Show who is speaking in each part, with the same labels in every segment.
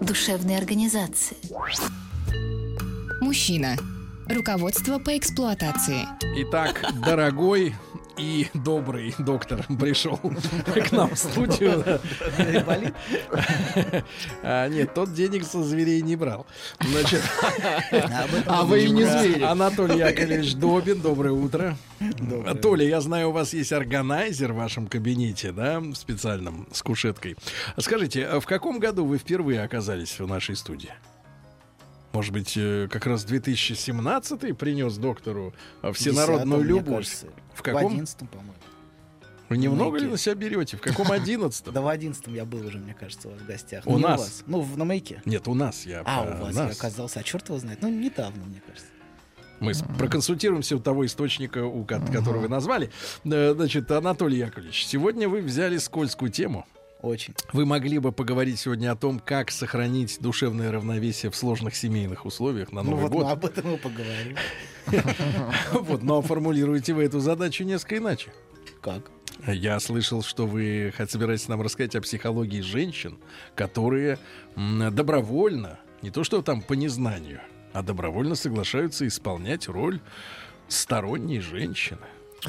Speaker 1: душевной организации.
Speaker 2: Мужчина. Руководство по эксплуатации.
Speaker 3: Итак, дорогой и добрый доктор пришел к нам в студию. А, нет, тот денег со зверей не брал. Значит, а вы и не звери. Анатолий Яковлевич Добин, доброе утро. Э, Толя, я знаю, у вас есть органайзер в вашем кабинете, да, в специальном, с кушеткой. Скажите, а в каком году вы впервые оказались в нашей студии? Может быть, э, как раз 2017 принес доктору э, всенародную
Speaker 4: Десятом, мне
Speaker 3: любовь?
Speaker 4: кажется.
Speaker 3: В
Speaker 4: В
Speaker 3: каком?
Speaker 4: 11 по-моему.
Speaker 3: Вы немного
Speaker 4: маяке.
Speaker 3: ли на себя берете? В каком 11
Speaker 4: Да в 11 я был уже, мне кажется, у вас в гостях.
Speaker 3: У
Speaker 4: Не
Speaker 3: нас.
Speaker 4: вас. Ну, в, на маяке.
Speaker 3: Нет, у нас я.
Speaker 4: А,
Speaker 3: про
Speaker 4: у вас я
Speaker 3: нас.
Speaker 4: оказался. А черт его знает. Ну, недавно, мне кажется.
Speaker 3: Мы с- проконсультируемся у того источника, у ко- которого вы назвали. Э, Значит, Анатолий Яковлевич, сегодня вы взяли скользкую тему.
Speaker 4: Очень.
Speaker 3: Вы могли бы поговорить сегодня о том, как сохранить душевное равновесие в сложных семейных условиях на
Speaker 4: ну,
Speaker 3: А Новый
Speaker 4: вот
Speaker 3: год.
Speaker 4: мы об этом и поговорим.
Speaker 3: Вот, но формулируете вы эту задачу несколько иначе.
Speaker 4: Как?
Speaker 3: Я слышал, что вы хоть собираетесь нам рассказать о психологии женщин, которые м, добровольно, не то что там по незнанию, а добровольно соглашаются исполнять роль сторонней женщины.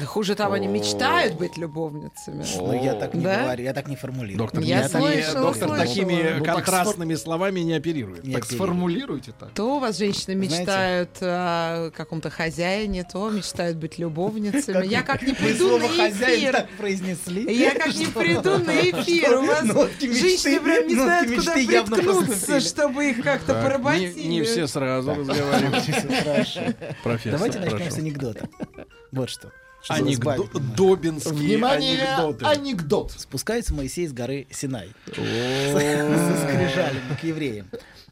Speaker 5: Хуже того, они мечтают быть любовницами.
Speaker 4: Ну, я так не
Speaker 5: Да?
Speaker 4: говорю, я так не формулирую.
Speaker 3: Доктор,
Speaker 5: Я
Speaker 3: не-
Speaker 5: слышала,
Speaker 3: не- доктор
Speaker 5: слышала.
Speaker 3: такими
Speaker 6: Ну, так
Speaker 3: контрастными словами не оперирует.
Speaker 4: Не
Speaker 6: Так
Speaker 4: перебил.
Speaker 6: сформулируйте так.
Speaker 5: То у вас женщины
Speaker 4: Знаете-
Speaker 5: мечтают о каком-то хозяине, то мечтают быть любовницами. Я как не
Speaker 4: Вы
Speaker 5: приду
Speaker 4: слово
Speaker 5: на
Speaker 4: «хозяин»
Speaker 5: эфир.
Speaker 4: так произнесли.
Speaker 5: Я как не
Speaker 4: Что?
Speaker 5: приду на эфир. У вас
Speaker 4: Нотки мечты-
Speaker 5: женщины прям
Speaker 4: нотки
Speaker 5: не знают, куда
Speaker 4: мечты явно
Speaker 5: приткнуться,
Speaker 4: проступили.
Speaker 5: чтобы их как-то
Speaker 3: Так, не,
Speaker 5: поработили.
Speaker 3: не все сразу разговаривают.
Speaker 4: Хорошо.
Speaker 3: Профессор,
Speaker 4: Давайте начнем
Speaker 3: прошу.
Speaker 4: с анекдота. Вот что. чтобы
Speaker 3: Анекдо-
Speaker 4: разбавить немного.
Speaker 3: Добинские
Speaker 6: Внимание,
Speaker 3: анекдоты.
Speaker 6: анекдот.
Speaker 4: Спускается Моисей с горы Синай. Со скрижалями к евреям.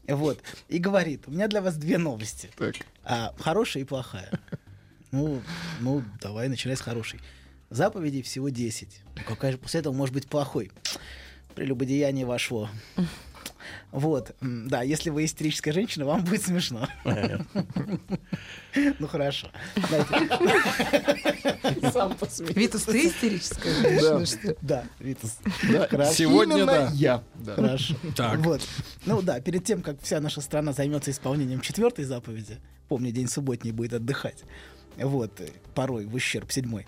Speaker 4: Вот. И говорит, у меня для вас две новости.
Speaker 6: Так.
Speaker 4: А, хорошая и плохая. Ну, ну, давай, начинай с хорошей. Заповедей всего 10. Ну, Какая же после этого может быть плохой? Прелюбодеяние вошло. Вот, М, да, если вы истерическая женщина, вам будет смешно. Ну хорошо. Знаете,
Speaker 5: Витус, ты истерическая женщина, что ли?
Speaker 4: Да, Витас.
Speaker 6: Да,
Speaker 4: Хорошо.
Speaker 3: Сегодня
Speaker 6: именно
Speaker 3: да.
Speaker 6: я. Да.
Speaker 4: Хорошо.
Speaker 3: Так.
Speaker 4: Вот. Ну да, перед тем, как вся наша страна займется исполнением четвертой заповеди, помни, день субботний будет отдыхать. Вот, э, порой в ущерб седьмой.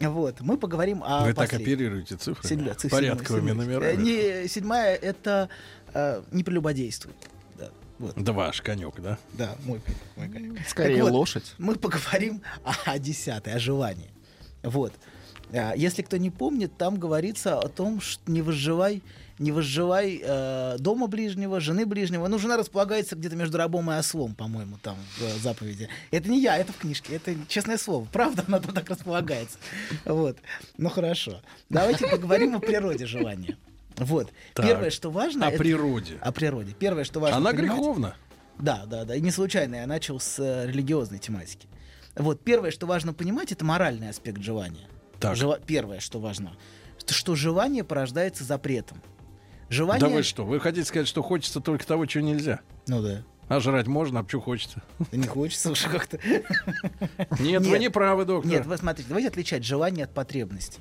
Speaker 4: Вот, мы поговорим о
Speaker 3: Вы так
Speaker 4: последней.
Speaker 3: оперируете цифрами?
Speaker 4: Седьмая, цифра
Speaker 3: Порядковыми
Speaker 4: седьмая, седьмая.
Speaker 3: номерами?
Speaker 4: Э, не, седьмая это э, не прелюбодействуй. Да, вот,
Speaker 3: Да ваш конек, да?
Speaker 4: да, мой, мой конек.
Speaker 6: Скорее
Speaker 4: Так вот,
Speaker 6: лошадь.
Speaker 4: Мы поговорим о, о десятой, о желании. Вот. А, Если кто не помнит, там говорится о том, что не возживай, не возживай э, дома ближнего, жены ближнего. Ну, жена располагается где-то между рабом и ослом, по-моему, там в э, заповеди. Это не я, это в книжке, это честное слово. Правда, она там так располагается. Вот. Ну хорошо. Давайте поговорим о природе желания. Вот.
Speaker 3: Так.
Speaker 4: Первое, что важно,
Speaker 3: О
Speaker 4: это- а
Speaker 3: природе.
Speaker 4: о природе. Первое, что важно.
Speaker 3: Она
Speaker 4: понимать-
Speaker 3: греховна.
Speaker 4: да, да, да. И не случайно я начал с э, религиозной тематики. Вот первое, что важно понимать, это моральный аспект желания.
Speaker 3: Так.
Speaker 4: Жела- Первое, что важно, что, что желание порождается запретом. Желание.
Speaker 3: Да вы что? Вы хотите сказать, что хочется только того, чего нельзя?
Speaker 4: Ну да.
Speaker 3: А жрать можно, а почему хочется?
Speaker 4: Не хочется уже как-то.
Speaker 3: Нет, вы
Speaker 4: Нет.
Speaker 3: не правы, доктор.
Speaker 4: Нет, вы смотрите, давайте отличать желание от потребности.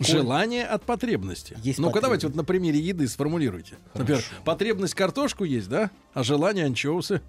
Speaker 3: Желание от потребности.
Speaker 4: Есть
Speaker 3: Ну-ка, давайте вот
Speaker 4: потребность.
Speaker 3: на примере еды сформулируйте. Например, потребность картошку есть, да? А желание анчоусы.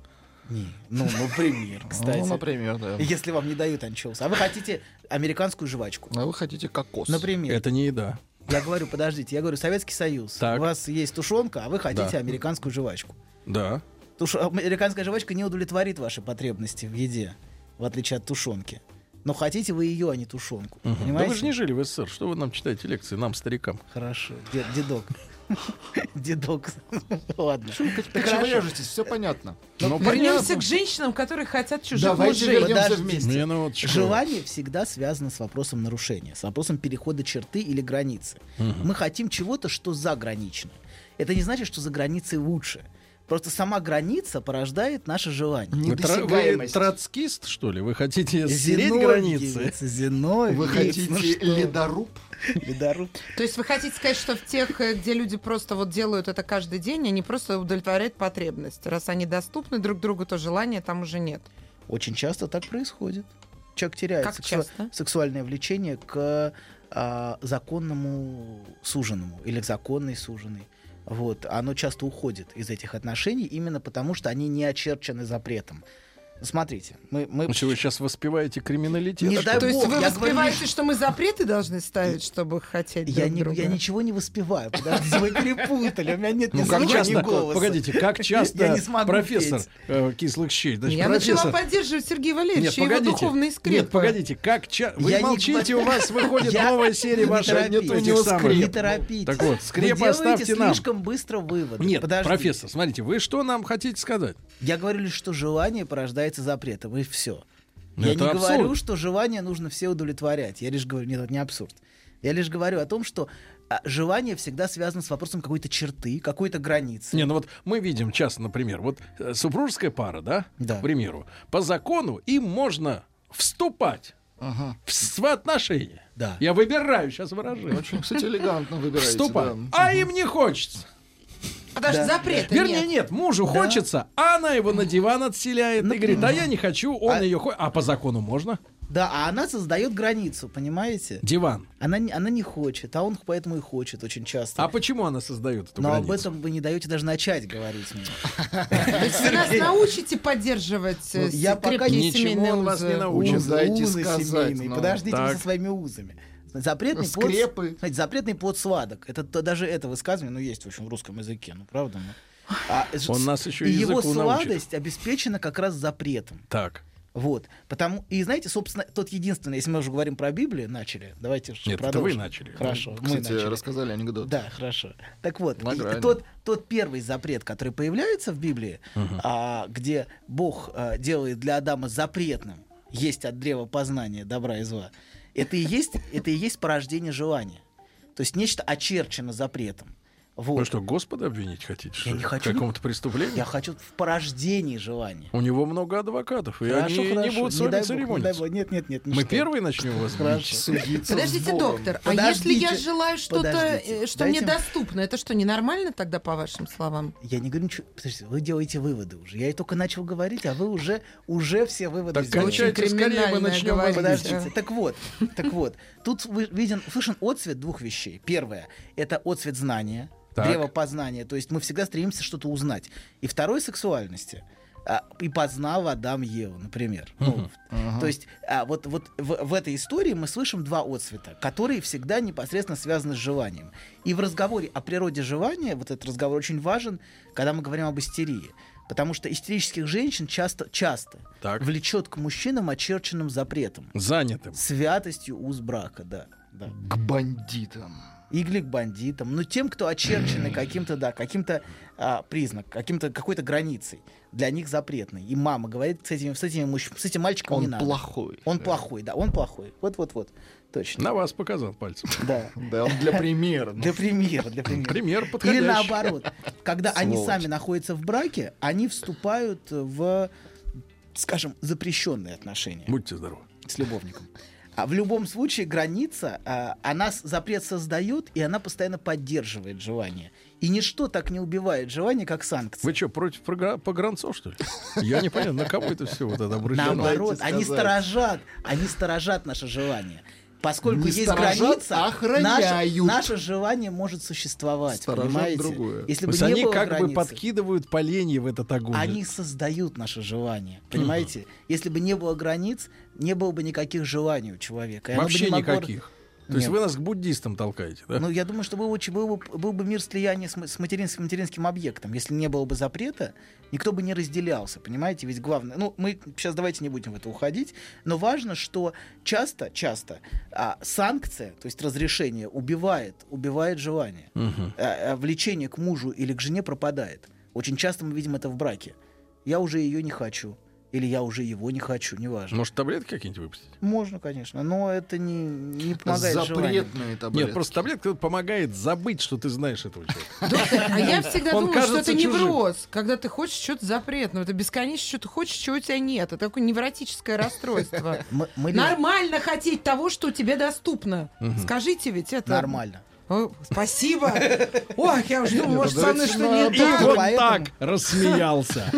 Speaker 4: Не. Ну, например, кстати.
Speaker 6: Ну, например, да.
Speaker 4: Если вам не дают анчоуса, а вы хотите американскую жвачку.
Speaker 6: А вы хотите кокос.
Speaker 4: Например.
Speaker 3: Ну, Это не еда.
Speaker 4: Я говорю, подождите, я говорю, Советский Союз.
Speaker 3: Так.
Speaker 4: У вас есть тушенка, а вы хотите
Speaker 3: Да.
Speaker 4: американскую жвачку.
Speaker 3: Да.
Speaker 4: Туш... Американская жвачка не удовлетворит ваши потребности в еде, в отличие от тушенки. Но хотите вы ее, а не тушенку.
Speaker 3: Мгм. Да
Speaker 4: Понимаете?
Speaker 3: вы же не жили в СССР. Что вы нам читаете лекции, нам, старикам?
Speaker 4: Хорошо, дед- дедок. Дедок. Ладно.
Speaker 6: Ты
Speaker 4: Хорошо.
Speaker 6: чего все понятно.
Speaker 3: Ну,
Speaker 5: Вернемся к женщинам, которые хотят чужих
Speaker 6: Давайте
Speaker 5: мужей.
Speaker 6: вернемся
Speaker 4: Подожди.
Speaker 6: вместе.
Speaker 3: Минуточку.
Speaker 4: Желание всегда связано с вопросом нарушения, с вопросом перехода черты или границы. Мы хотим чего-то, что загранично. Это не значит, что за границей лучше. Просто сама граница порождает наше желание.
Speaker 3: Вы, тро- вы
Speaker 6: Недосягаемость.
Speaker 3: троцкист, что ли? Вы хотите стереть
Speaker 4: Зиновьевец,
Speaker 3: границы?
Speaker 4: Зиновьевец,
Speaker 6: Вы хотите
Speaker 4: ну что вы,
Speaker 6: ледоруб?
Speaker 4: ледоруб.
Speaker 5: То есть вы хотите сказать, что в тех, э, где люди просто вот делают это каждый день, они просто удовлетворяют потребность. Раз они доступны друг другу, то желания там уже нет.
Speaker 4: Очень часто так происходит. Человек теряет
Speaker 5: Как
Speaker 4: сексу-
Speaker 5: часто?
Speaker 4: сексуальное влечение к а, законному суженому или к законной суженой. Вот. Оно часто уходит из этих отношений именно потому, что они не очерчены запретом. Смотрите, мы... мы...
Speaker 3: Ну, что, вы сейчас воспеваете криминалитет?
Speaker 4: Не
Speaker 3: что
Speaker 4: дай
Speaker 3: ли?
Speaker 5: То есть
Speaker 4: бог,
Speaker 5: вы
Speaker 4: я говорю,
Speaker 5: воспеваете, что мы запреты должны ставить, чтобы хотеть
Speaker 4: Я,
Speaker 5: друг
Speaker 4: не,
Speaker 5: друга?
Speaker 4: я ничего не воспеваю. Подождите, вы перепутали. У меня нет ни
Speaker 3: Ну, как
Speaker 4: звука, ни
Speaker 3: часто,
Speaker 4: голоса.
Speaker 3: погодите, как
Speaker 4: Я
Speaker 3: часто
Speaker 4: не смогу
Speaker 3: профессор
Speaker 4: петь.
Speaker 3: э, кислых щей, значит,
Speaker 5: Я начала
Speaker 3: профессор...
Speaker 5: поддерживать Сергея
Speaker 3: Нет,
Speaker 5: Валерьевича и его
Speaker 3: погодите,
Speaker 5: духовные скрепы.
Speaker 3: нет, погодите, как ча... вы
Speaker 4: Я не
Speaker 3: молчите,
Speaker 4: говорю.
Speaker 3: у вас выходит
Speaker 4: Я-
Speaker 3: новая серия
Speaker 4: Не
Speaker 3: ваших
Speaker 4: торопитесь.
Speaker 3: этих самых-
Speaker 4: Не торопитесь.
Speaker 3: Так вот, скрепы
Speaker 4: Вы делаете
Speaker 3: оставьте нам.
Speaker 4: слишком быстро выводы.
Speaker 3: Нет,
Speaker 4: Подождите.
Speaker 3: профессор, смотрите, вы что нам хотите сказать?
Speaker 4: Я говорю лишь, что желание порождается запретом, и все.
Speaker 3: Ну,
Speaker 4: я
Speaker 3: это
Speaker 4: не
Speaker 3: абсурд.
Speaker 4: говорю, что желание нужно все удовлетворять. Я лишь говорю, нет, это не абсурд. Я лишь говорю о том, что а, желание всегда связано с вопросом какой-то черты, какой-то границы.
Speaker 3: Не, ну вот мы видим часто, например, вот э, супружеская пара, да,
Speaker 4: Да.
Speaker 3: к примеру, по закону им можно вступать
Speaker 6: Ага.
Speaker 3: в, с- в отношения.
Speaker 4: Да.
Speaker 3: Я выбираю сейчас выражение.
Speaker 6: Очень, кстати, элегантно выбираете.
Speaker 3: Вступать.
Speaker 6: да.
Speaker 3: А им не хочется.
Speaker 5: Потому что
Speaker 4: Да.
Speaker 5: запреты
Speaker 3: Вернее,
Speaker 5: нет.
Speaker 3: нет, мужу хочется, а она его на диван отселяет и говорит, а я не хочу, он
Speaker 4: А-
Speaker 3: ее хочет. А по закону можно?
Speaker 4: Да, а она создает границу, понимаете?
Speaker 3: Диван.
Speaker 4: Она, не- она не хочет, а он поэтому и хочет очень часто.
Speaker 3: А почему она создает эту
Speaker 4: Но об
Speaker 3: границу?
Speaker 4: этом вы не даете даже начать говорить мне.
Speaker 5: Вы нас научите поддерживать э,
Speaker 4: Я
Speaker 5: с-
Speaker 4: пока
Speaker 5: крепкие
Speaker 3: ничего
Speaker 5: семейные
Speaker 3: он вас
Speaker 5: узы.
Speaker 3: не научит.
Speaker 6: Очень
Speaker 4: Узы,
Speaker 6: дайте
Speaker 4: узы
Speaker 6: сказать,
Speaker 4: семейные.
Speaker 6: ну.
Speaker 4: Подождите вы
Speaker 3: Так.
Speaker 4: со своими узами. Запретный
Speaker 6: Скрепы.
Speaker 4: плод. Смотрите, запретный плод сладок. Это то- даже это высказывание, ну, есть в общем в русском языке, ну правда. ну. А, с-
Speaker 3: Он нас еще
Speaker 4: и его
Speaker 3: языку научит.
Speaker 4: сладость обеспечена как раз запретом.
Speaker 3: Так.
Speaker 4: Вот. Потому, и знаете, собственно, тот единственный, если мы уже говорим про Библию, начали, давайте же
Speaker 3: Нет, это
Speaker 4: продолжим.
Speaker 3: вы начали.
Speaker 4: Хорошо, мы
Speaker 6: Кстати,
Speaker 4: начали.
Speaker 6: рассказали анекдот.
Speaker 4: Да, хорошо. Так вот,
Speaker 6: На
Speaker 4: и- и
Speaker 6: грани.
Speaker 4: тот, тот первый запрет, который появляется в Библии, а, где Бог а, делает для Адама запретным есть от древа познания добра и зла, это и есть, это и есть порождение желания. То есть нечто очерчено запретом. Вот.
Speaker 3: Вы Ну что, Господа обвинить хотите? что
Speaker 4: Я
Speaker 3: ли,
Speaker 4: не
Speaker 3: в
Speaker 4: хочу.
Speaker 3: каком-то преступлении?
Speaker 4: Я хочу в порождении желания.
Speaker 3: У него много адвокатов, и
Speaker 4: Хорошо,
Speaker 3: они не
Speaker 4: хорошо.
Speaker 3: будут с вами
Speaker 4: Не дай бог, не дай
Speaker 3: церемониться.
Speaker 4: бог. Нет, нет, нет. не
Speaker 3: Мы
Speaker 4: что.
Speaker 3: первые начнем вас бить.
Speaker 4: Хорошо.
Speaker 6: Судиться с
Speaker 5: Подождите,
Speaker 6: Богом.
Speaker 5: доктор, а если я
Speaker 4: Подождите,
Speaker 5: желаю что-то,
Speaker 4: подождите.
Speaker 5: э, что мне
Speaker 4: Дайте-
Speaker 5: доступно, это что, ненормально тогда, по вашим словам?
Speaker 4: Я не говорю ничего. Подождите, вы делаете выводы уже. Я и только начал говорить, а вы уже, уже все выводы
Speaker 3: Так
Speaker 4: сделали.
Speaker 3: кончайте, скорее мы
Speaker 5: криминальное
Speaker 3: начнем вас
Speaker 5: говорите.
Speaker 3: бить.
Speaker 4: Подождите. Так вот, так вот. Тут вы- виден, слышен отцвет двух вещей. Первое — это отцвет знания,
Speaker 3: Так.
Speaker 4: древо познания. То есть мы всегда стремимся что-то узнать. И второе — сексуальности. А, И познал Адам Еву, например. Ну,
Speaker 6: Ага.
Speaker 4: То есть а, вот, вот в, в этой истории мы слышим два отцвета, которые всегда непосредственно связаны с желанием. И в разговоре о природе желания, вот этот разговор очень важен, когда мы говорим об истерии. Потому что истерических женщин часто, часто
Speaker 3: Так.
Speaker 4: влечет к мужчинам, очерченным запретом.
Speaker 3: Занятым.
Speaker 4: Святостью уз брака, да. да.
Speaker 6: К бандитам.
Speaker 4: Или к бандитам, но тем, кто очерчены каким-то, да, каким-то а, признак, каким-то какой-то границей. Для них запретной. И мама говорит, с этими, с этими мужч- с этим мальчиком не
Speaker 6: Он
Speaker 4: надо.
Speaker 6: плохой.
Speaker 4: Он
Speaker 6: Да.
Speaker 4: плохой, да, он плохой. Вот-вот-вот. Точно.
Speaker 3: На вас показал пальцем.
Speaker 4: Да.
Speaker 6: Да, он для примера. ну.
Speaker 4: Для примера, для примера.
Speaker 3: Пример
Speaker 4: Или
Speaker 3: подходящий.
Speaker 4: наоборот, когда они
Speaker 6: Сволочь.
Speaker 4: сами находятся в браке, они вступают в, скажем, запрещенные отношения
Speaker 3: Будьте здоровы.
Speaker 4: с любовником. А в любом случае граница, а, она с- запрет создает, и она постоянно поддерживает желание. И ничто так не убивает желание, как санкции.
Speaker 3: Вы что, против прога- погранцов, что ли? Я не понимаю, на кого это все вот это обращено?
Speaker 4: Наоборот,
Speaker 6: Дайте
Speaker 4: они
Speaker 6: сказать.
Speaker 4: сторожат, они сторожат наше желание. Поскольку
Speaker 6: Не
Speaker 4: есть
Speaker 6: сторожат, а
Speaker 4: граница, наше,
Speaker 6: охраняют.
Speaker 4: наше желание может существовать,
Speaker 6: Сторожат
Speaker 4: понимаете?
Speaker 6: другое.
Speaker 3: То
Speaker 4: Если бы
Speaker 3: есть
Speaker 4: не
Speaker 3: они
Speaker 4: было
Speaker 3: как бы
Speaker 4: границы,
Speaker 3: подкидывают поленье в этот огонь.
Speaker 4: Они создают наше желание, понимаете? Если бы не было границ, не было бы никаких желаний у человека. и оно бы
Speaker 3: Вообще
Speaker 4: не могло-
Speaker 3: никаких. То есть
Speaker 4: Нет.
Speaker 3: вы нас к буддистам толкаете, да?
Speaker 4: Ну, я думаю, что был, очень- был бы, был бы мир слияния с, ма- с материнским, материнским объектом. Если не было бы запрета, никто бы не разделялся, понимаете? Ведь главное... Ну, мы сейчас давайте не будем в это уходить, но важно, что часто, часто а, санкция, то есть разрешение, убивает, убивает желание.
Speaker 3: Мгм.
Speaker 4: А, а, влечение к мужу или к жене пропадает. Очень часто мы видим это в браке. Я уже ее не хочу. Или я уже его не хочу, неважно.
Speaker 3: Может, таблетки какие-нибудь выпустить?
Speaker 4: Можно, конечно, но это не, не помогает желанию.
Speaker 6: Запретные таблетки.
Speaker 3: Нет, просто таблетка помогает забыть, что ты знаешь этого человека.
Speaker 5: Доктор, а я всегда
Speaker 3: Он
Speaker 5: думала, что
Speaker 3: кажется
Speaker 5: это
Speaker 3: чужим.
Speaker 5: невроз. Когда ты хочешь что-то запретное, это бесконечно что ты хочешь, чего у тебя нет. Это такое невротическое расстройство.
Speaker 4: Мы, мы лежим-
Speaker 5: Нормально хотеть того, что тебе доступно. Скажите ведь это...
Speaker 4: нормально.
Speaker 5: О, спасибо. Ох, я уже думала, может, со мной что
Speaker 3: И
Speaker 5: не так.
Speaker 3: вот
Speaker 4: поэтому-
Speaker 3: так рассмеялся.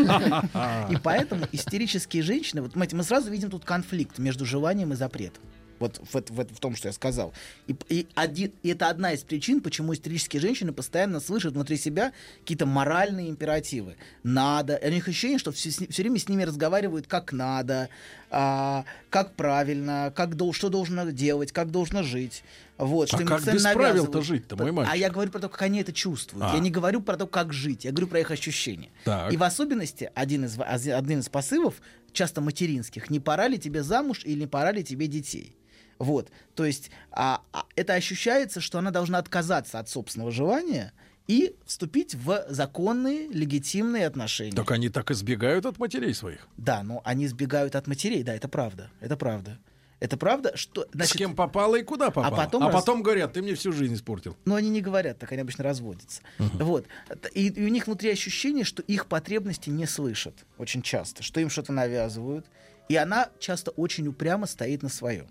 Speaker 4: И поэтому истерические женщины, вот понимаете, мы сразу видим тут конфликт между желанием и запретом. Вот в, эт- в, эт- в том, что я сказал. И, п- и оди- и это одна из причин, почему истерические женщины постоянно слышат внутри себя какие-то моральные императивы. Надо. И у них ощущение, что все, время с ними разговаривают как надо, а, как правильно, как дол- что должно делать, как должно жить. Вот,
Speaker 3: А
Speaker 4: что им
Speaker 3: как
Speaker 4: постоянно
Speaker 3: без правил-то
Speaker 4: навязывают.
Speaker 3: жить-то, мой
Speaker 4: П-
Speaker 3: мальчик?
Speaker 4: А я говорю про то, как они это чувствуют.
Speaker 3: А.
Speaker 4: Я не говорю про то, как жить. Я говорю про их ощущения.
Speaker 3: Так.
Speaker 4: И в особенности один из, один один из посылов, часто материнских, не пора ли тебе замуж или не пора ли тебе детей. Вот, то есть а, а, это ощущается, что она должна отказаться от собственного желания и вступить в законные, легитимные отношения.
Speaker 3: Так а они так избегают от матерей своих.
Speaker 4: Да, но они сбегают от матерей, да, это правда, это правда. Это правда, что...
Speaker 3: С
Speaker 4: значит,
Speaker 3: кем попало и куда попало. А
Speaker 4: потом раз-
Speaker 3: говорят, ты мне всю жизнь испортил.
Speaker 4: Но они не говорят, так они обычно разводятся. Вот. И, и у них внутри ощущение, что их потребности не слышат очень часто, что им что-то навязывают. И она часто очень упрямо стоит на своем.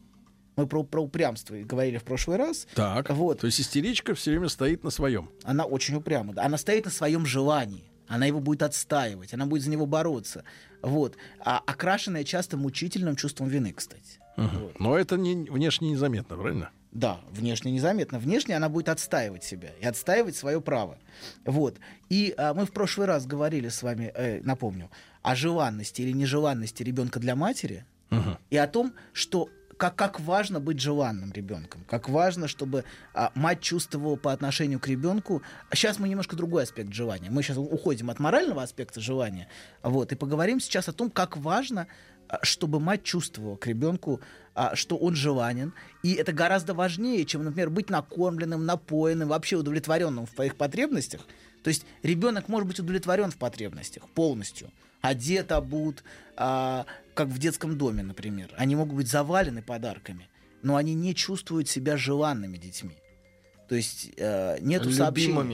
Speaker 4: Мы про, про упрямство и говорили в прошлый раз.
Speaker 3: Так.
Speaker 4: Вот.
Speaker 3: То есть истеричка все время стоит на своем.
Speaker 4: Она очень упряма. да. Она стоит на своем желании. Она его будет отстаивать, она будет за него бороться. Вот. А, окрашенная часто мучительным чувством вины, кстати. Вот.
Speaker 3: Но это не, внешне незаметно, правильно?
Speaker 4: Да, внешне незаметно. Внешне она будет отстаивать себя и отстаивать свое право. Вот. И а, мы в прошлый раз говорили с вами, э, напомню, о желанности или нежеланности ребенка для матери и о том, что как, как важно быть желанным ребенком, как важно, чтобы а, мать чувствовала по отношению к ребенку. Сейчас мы немножко другой аспект желания. Мы сейчас уходим от морального аспекта желания, вот, и поговорим сейчас о том, как важно, а, чтобы мать чувствовала к ребенку, а, что он желанен. И это гораздо важнее, чем, например, быть накормленным, напоенным, вообще удовлетворенным в своих потребностях. То есть ребенок может быть удовлетворен в потребностях полностью. Одет, обут, а, как в детском доме, например. Они могут быть завалены подарками, но они не чувствуют себя желанными детьми. То есть э, нету
Speaker 6: Любимыми.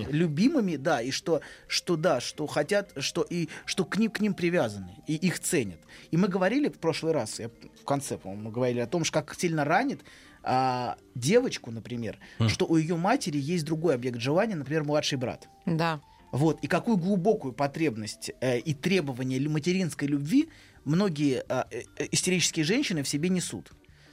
Speaker 4: сообщений. Любимыми, да, и что, что да, что хотят, что и что к ним к ним привязаны, и их ценят. И мы говорили в прошлый раз, я в конце, по-моему, мы говорили о том, что как сильно ранит а, девочку, например, что у ее матери есть другой объект желания, например, младший брат.
Speaker 5: Да.
Speaker 4: Вот, и какую глубокую потребность э, и требование лю- материнской любви многие э, э, э, истерические женщины в себе несут.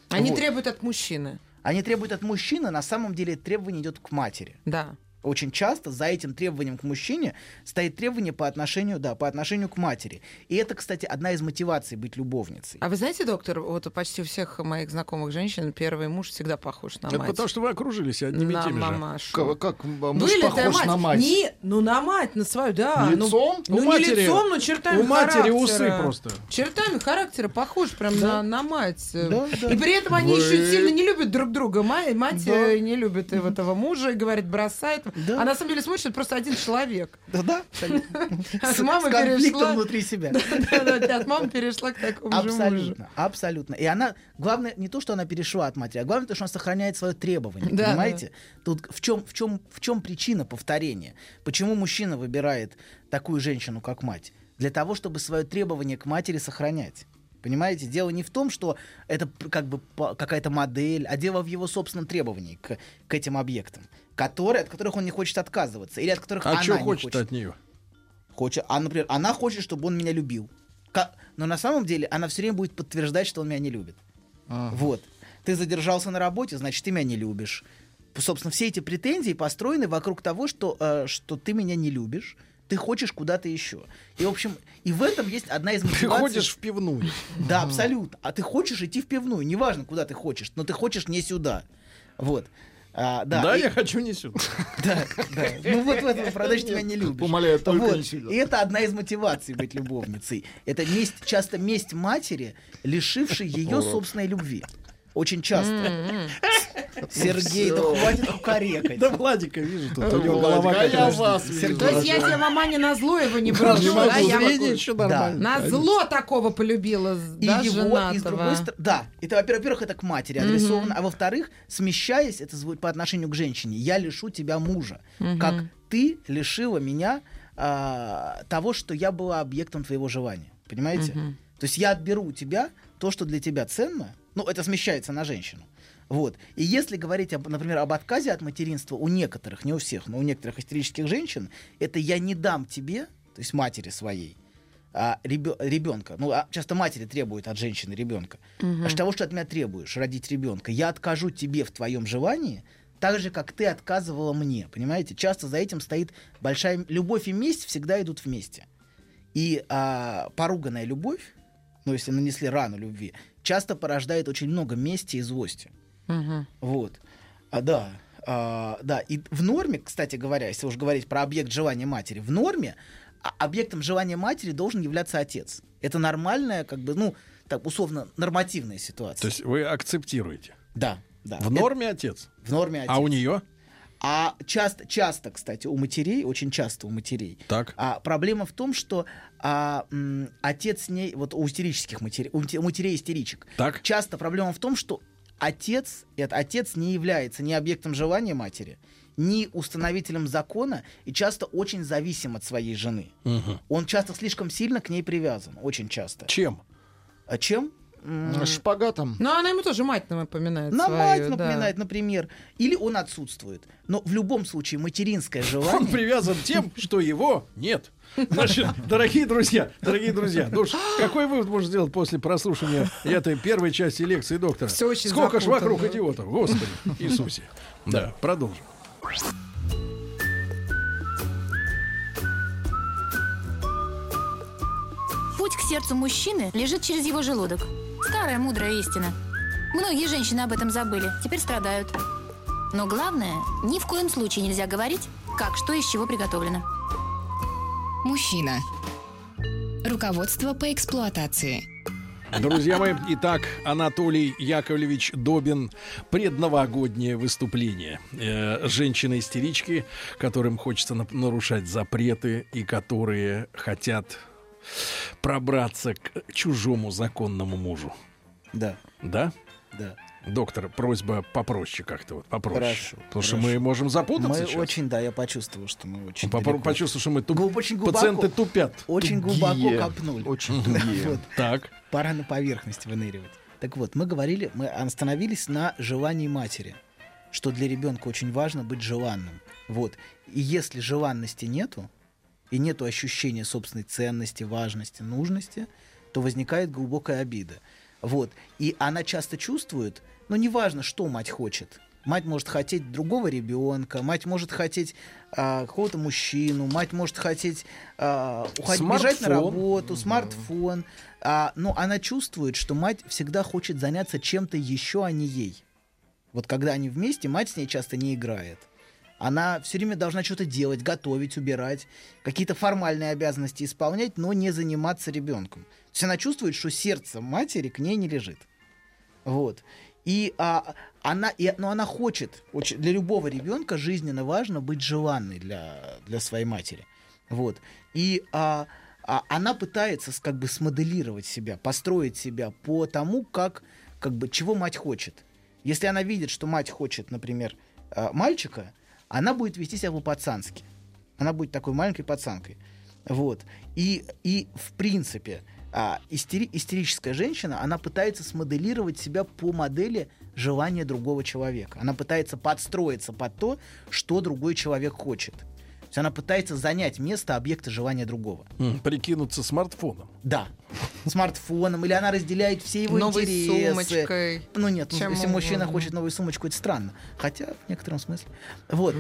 Speaker 5: Они
Speaker 4: Вот.
Speaker 5: требуют от мужчины.
Speaker 4: Они требуют от мужчины, на самом деле требование идет к матери.
Speaker 5: Да.
Speaker 4: Очень часто за этим требованием к мужчине стоит требование по отношению, да, по отношению к матери. И это, кстати, одна из мотиваций быть любовницей.
Speaker 5: А вы знаете, доктор, вот почти у всех моих знакомых женщин первый муж всегда похож на
Speaker 3: это
Speaker 5: мать.
Speaker 3: потому, что вы окружились одними и
Speaker 5: на
Speaker 3: теми же.
Speaker 5: мамашу.
Speaker 6: Как, как муж
Speaker 5: Были это
Speaker 6: похож
Speaker 5: мать?
Speaker 6: на мать.
Speaker 5: Не, ну на мать, на свою, да. ну-
Speaker 6: Лицом?
Speaker 5: Ну,
Speaker 3: У
Speaker 5: не
Speaker 3: матери-
Speaker 5: лицом, но чертами
Speaker 3: у матери
Speaker 5: характера.
Speaker 3: усы просто.
Speaker 5: Чертами характера похож прям на, на мать.
Speaker 4: Да, да.
Speaker 5: И при этом они
Speaker 6: Вы-
Speaker 5: еще сильно не любят друг друга. Мать, мать
Speaker 4: Да.
Speaker 5: э, не любит э, этого мужа и говорит, бросает.
Speaker 4: Да.
Speaker 5: А на самом деле смотришь, это просто один человек.
Speaker 4: Да,
Speaker 5: С мамой
Speaker 4: конфликтом
Speaker 5: перешла.
Speaker 4: внутри себя.
Speaker 5: Да-да-да, от мамы перешла к такому же мужу.
Speaker 4: Абсолютно, абсолютно. И она, главное, не то, что она перешла от матери, а главное, то, что она сохраняет свое требование.
Speaker 5: Да,
Speaker 4: понимаете? Тут в чем, в, чем, в чем причина повторения? Почему мужчина выбирает такую женщину, как мать? Для того, чтобы свое требование к матери сохранять. Понимаете, дело не в том, что это п- как бы по- какая-то модель, а дело в его собственном требовании к, к этим объектам, которые, от которых он не хочет отказываться, или от которых она
Speaker 3: А что
Speaker 4: не
Speaker 3: хочет от нее?
Speaker 4: хочет, а, например, она хочет, чтобы он меня любил. Ка- Но на самом деле она все время будет подтверждать, что он меня не любит. Вот. Ты задержался на работе, значит, ты меня не любишь. П- Собственно, все эти претензии построены вокруг того, что, э, что ты меня не любишь, ты хочешь куда-то еще. И, в общем, и в этом есть одна из
Speaker 3: Ты
Speaker 4: мотиваций.
Speaker 3: ходишь в пивную.
Speaker 4: Да, абсолютно. А ты хочешь идти в пивную, неважно, куда ты хочешь, но ты хочешь не сюда. Вот. А, да,
Speaker 3: Да,
Speaker 4: и-
Speaker 3: я хочу не сюда.
Speaker 4: да, да. Ну вот в этом продаж тебя не любишь.
Speaker 6: Умоляю, только
Speaker 4: Вот.
Speaker 6: не сильно.
Speaker 4: И это одна из мотиваций быть любовницей. Это месть, часто месть матери, лишившей ее собственной любви. Очень часто. Сергей, да хватит кукарекать.
Speaker 3: Да Владика вижу тут, у него голова
Speaker 6: Владик, А
Speaker 3: как
Speaker 6: я
Speaker 3: раз-
Speaker 6: вас вижу.
Speaker 5: То есть я тебе, мама, не на зло его не бросила, да?
Speaker 3: могу,
Speaker 5: Я
Speaker 3: зрение
Speaker 5: могу.
Speaker 3: еще
Speaker 4: Да.
Speaker 3: нормально.
Speaker 5: На зло такого полюбила,
Speaker 4: И
Speaker 5: да,
Speaker 4: его, и с другой
Speaker 5: женатого.
Speaker 4: стороны... Да, это, во- во-первых, это к матери адресовано, а во-вторых, смещаясь, это звучит по отношению к женщине, я лишу тебя мужа, как ты лишила меня а, того, что я была объектом твоего желания, понимаете? То есть я отберу у тебя то, что для тебя ценно, ну, это смещается на женщину. Вот. И если говорить, об, например, об отказе от материнства у некоторых, не у всех, но у некоторых истерических женщин, это я не дам тебе, то есть матери своей, а, ребё- ребенка. Ну, а часто матери требуют от женщины ребенка. А что того, что ты от меня требуешь, родить ребенка, я откажу тебе в твоем желании, так же, как ты отказывала мне. Понимаете? Часто за этим стоит большая м- любовь и месть всегда идут вместе. И а, поруганная любовь, ну, если нанесли рану любви, часто порождает очень много мести и злости. Вот. А, да. А, да. И в норме, кстати говоря, если уж говорить про объект желания матери, в норме а- объектом желания матери должен являться отец. Это нормальная, как бы, ну, так условно, нормативная ситуация.
Speaker 3: То есть вы акцептируете.
Speaker 4: да, да.
Speaker 3: В норме отец.
Speaker 4: Это в норме отец.
Speaker 3: А у нее?
Speaker 4: А часто, часто, кстати, у матерей, очень часто у матерей,
Speaker 3: Так.
Speaker 4: а, проблема в том, что а, м, отец не... Вот у истерических матерей, у мате- у матерей истеричек,
Speaker 3: Так.
Speaker 4: часто проблема в том, что отец, это, отец не является ни объектом желания матери, ни установителем закона, и часто очень зависим от своей жены.
Speaker 3: Мгм.
Speaker 4: Он часто слишком сильно к ней привязан, очень часто.
Speaker 3: Чем?
Speaker 4: А чем? М,
Speaker 6: Шпагатом.
Speaker 5: Но Ну, она ему тоже мать напоминает
Speaker 4: На
Speaker 5: свою,
Speaker 4: мать
Speaker 5: да.
Speaker 4: напоминает, например. Или он отсутствует. Но в любом случае материнское
Speaker 3: Он
Speaker 4: желание...
Speaker 3: привязан тем, что его нет. Значит, дорогие друзья, дорогие друзья, ну ж, какой вывод можно сделать после прослушивания этой первой части лекции доктора?
Speaker 5: Всё очень
Speaker 3: Сколько ж
Speaker 5: запутанно.
Speaker 3: вокруг идиотов, господи, Иисусе. Да, продолжим.
Speaker 1: Путь к сердцу мужчины лежит через его желудок. Старая мудрая истина. Многие женщины об этом забыли, теперь страдают. Но главное, ни в коем случае нельзя говорить, как что из чего приготовлено.
Speaker 2: Мужчина. Руководство по эксплуатации.
Speaker 3: Друзья мои, итак, Анатолий Яковлевич Добин, предновогоднее выступление. Э, Женщины-истерички, которым хочется нап- нарушать запреты и которые хотят пробраться к чужому законному мужу.
Speaker 4: Да,
Speaker 3: Да?
Speaker 4: да.
Speaker 3: Доктор, просьба попроще как-то, вот попроще.
Speaker 4: Хорошо,
Speaker 3: Потому что мы можем запутаться
Speaker 4: Мы
Speaker 3: сейчас. Ну,
Speaker 4: очень, да, я почувствовал, что мы очень
Speaker 3: Попро-
Speaker 4: далеко.
Speaker 3: Почувствовал, что мы туп-
Speaker 4: Глуб- очень глубоко.
Speaker 3: пациенты тупят.
Speaker 4: Очень
Speaker 6: Тугие.
Speaker 4: глубоко копнули.
Speaker 6: Очень
Speaker 4: Да,
Speaker 6: тугие.
Speaker 4: вот.
Speaker 3: Так,
Speaker 4: Пора на поверхность выныривать. Так вот, мы говорили, мы остановились на желании матери, что для ребенка очень важно быть желанным. Вот. И если желанности нету, и нету ощущения собственной ценности, важности, нужности, то возникает глубокая обида. Вот. И она часто чувствует, ну, неважно, что мать хочет. Мать может хотеть другого ребенка, мать может хотеть а, какого-то мужчину, мать может хотеть а, уходить, бежать на
Speaker 3: Смартфон.
Speaker 4: работу, смартфон. А, но она чувствует, что мать всегда хочет заняться чем-то еще, а не ей. Вот когда они вместе, мать с ней часто не играет. Она все время должна что-то делать, готовить, убирать, какие-то формальные обязанности исполнять, но не заниматься ребенком. То есть она чувствует, что сердце матери к ней не лежит. Вот. И а, она, и, но она хочет, очень- для любого ребенка жизненно важно быть желанной для, для своей матери. Вот. И а, а, она пытается с- как бы смоделировать себя, построить себя по тому, как, как бы, чего мать хочет. Если она видит, что мать хочет, например, э, мальчика, она будет вести себя по-пацански. Она будет такой маленькой пацанкой. Вот. И, и в принципе, а, истери- истерическая женщина, она пытается смоделировать себя по модели желания другого человека. Она пытается подстроиться под то, что другой человек хочет. То есть она пытается занять место объекта желания другого.
Speaker 3: м, прикинуться смартфоном.
Speaker 4: Да. Смартфоном, или она разделяет все его
Speaker 5: Новой
Speaker 4: интересы.
Speaker 5: сумочкой.
Speaker 4: Ну нет, ну,
Speaker 5: Чем
Speaker 4: если мужчина
Speaker 5: угодно.
Speaker 4: хочет новую сумочку, это странно. Хотя, в некотором смысле. Вот.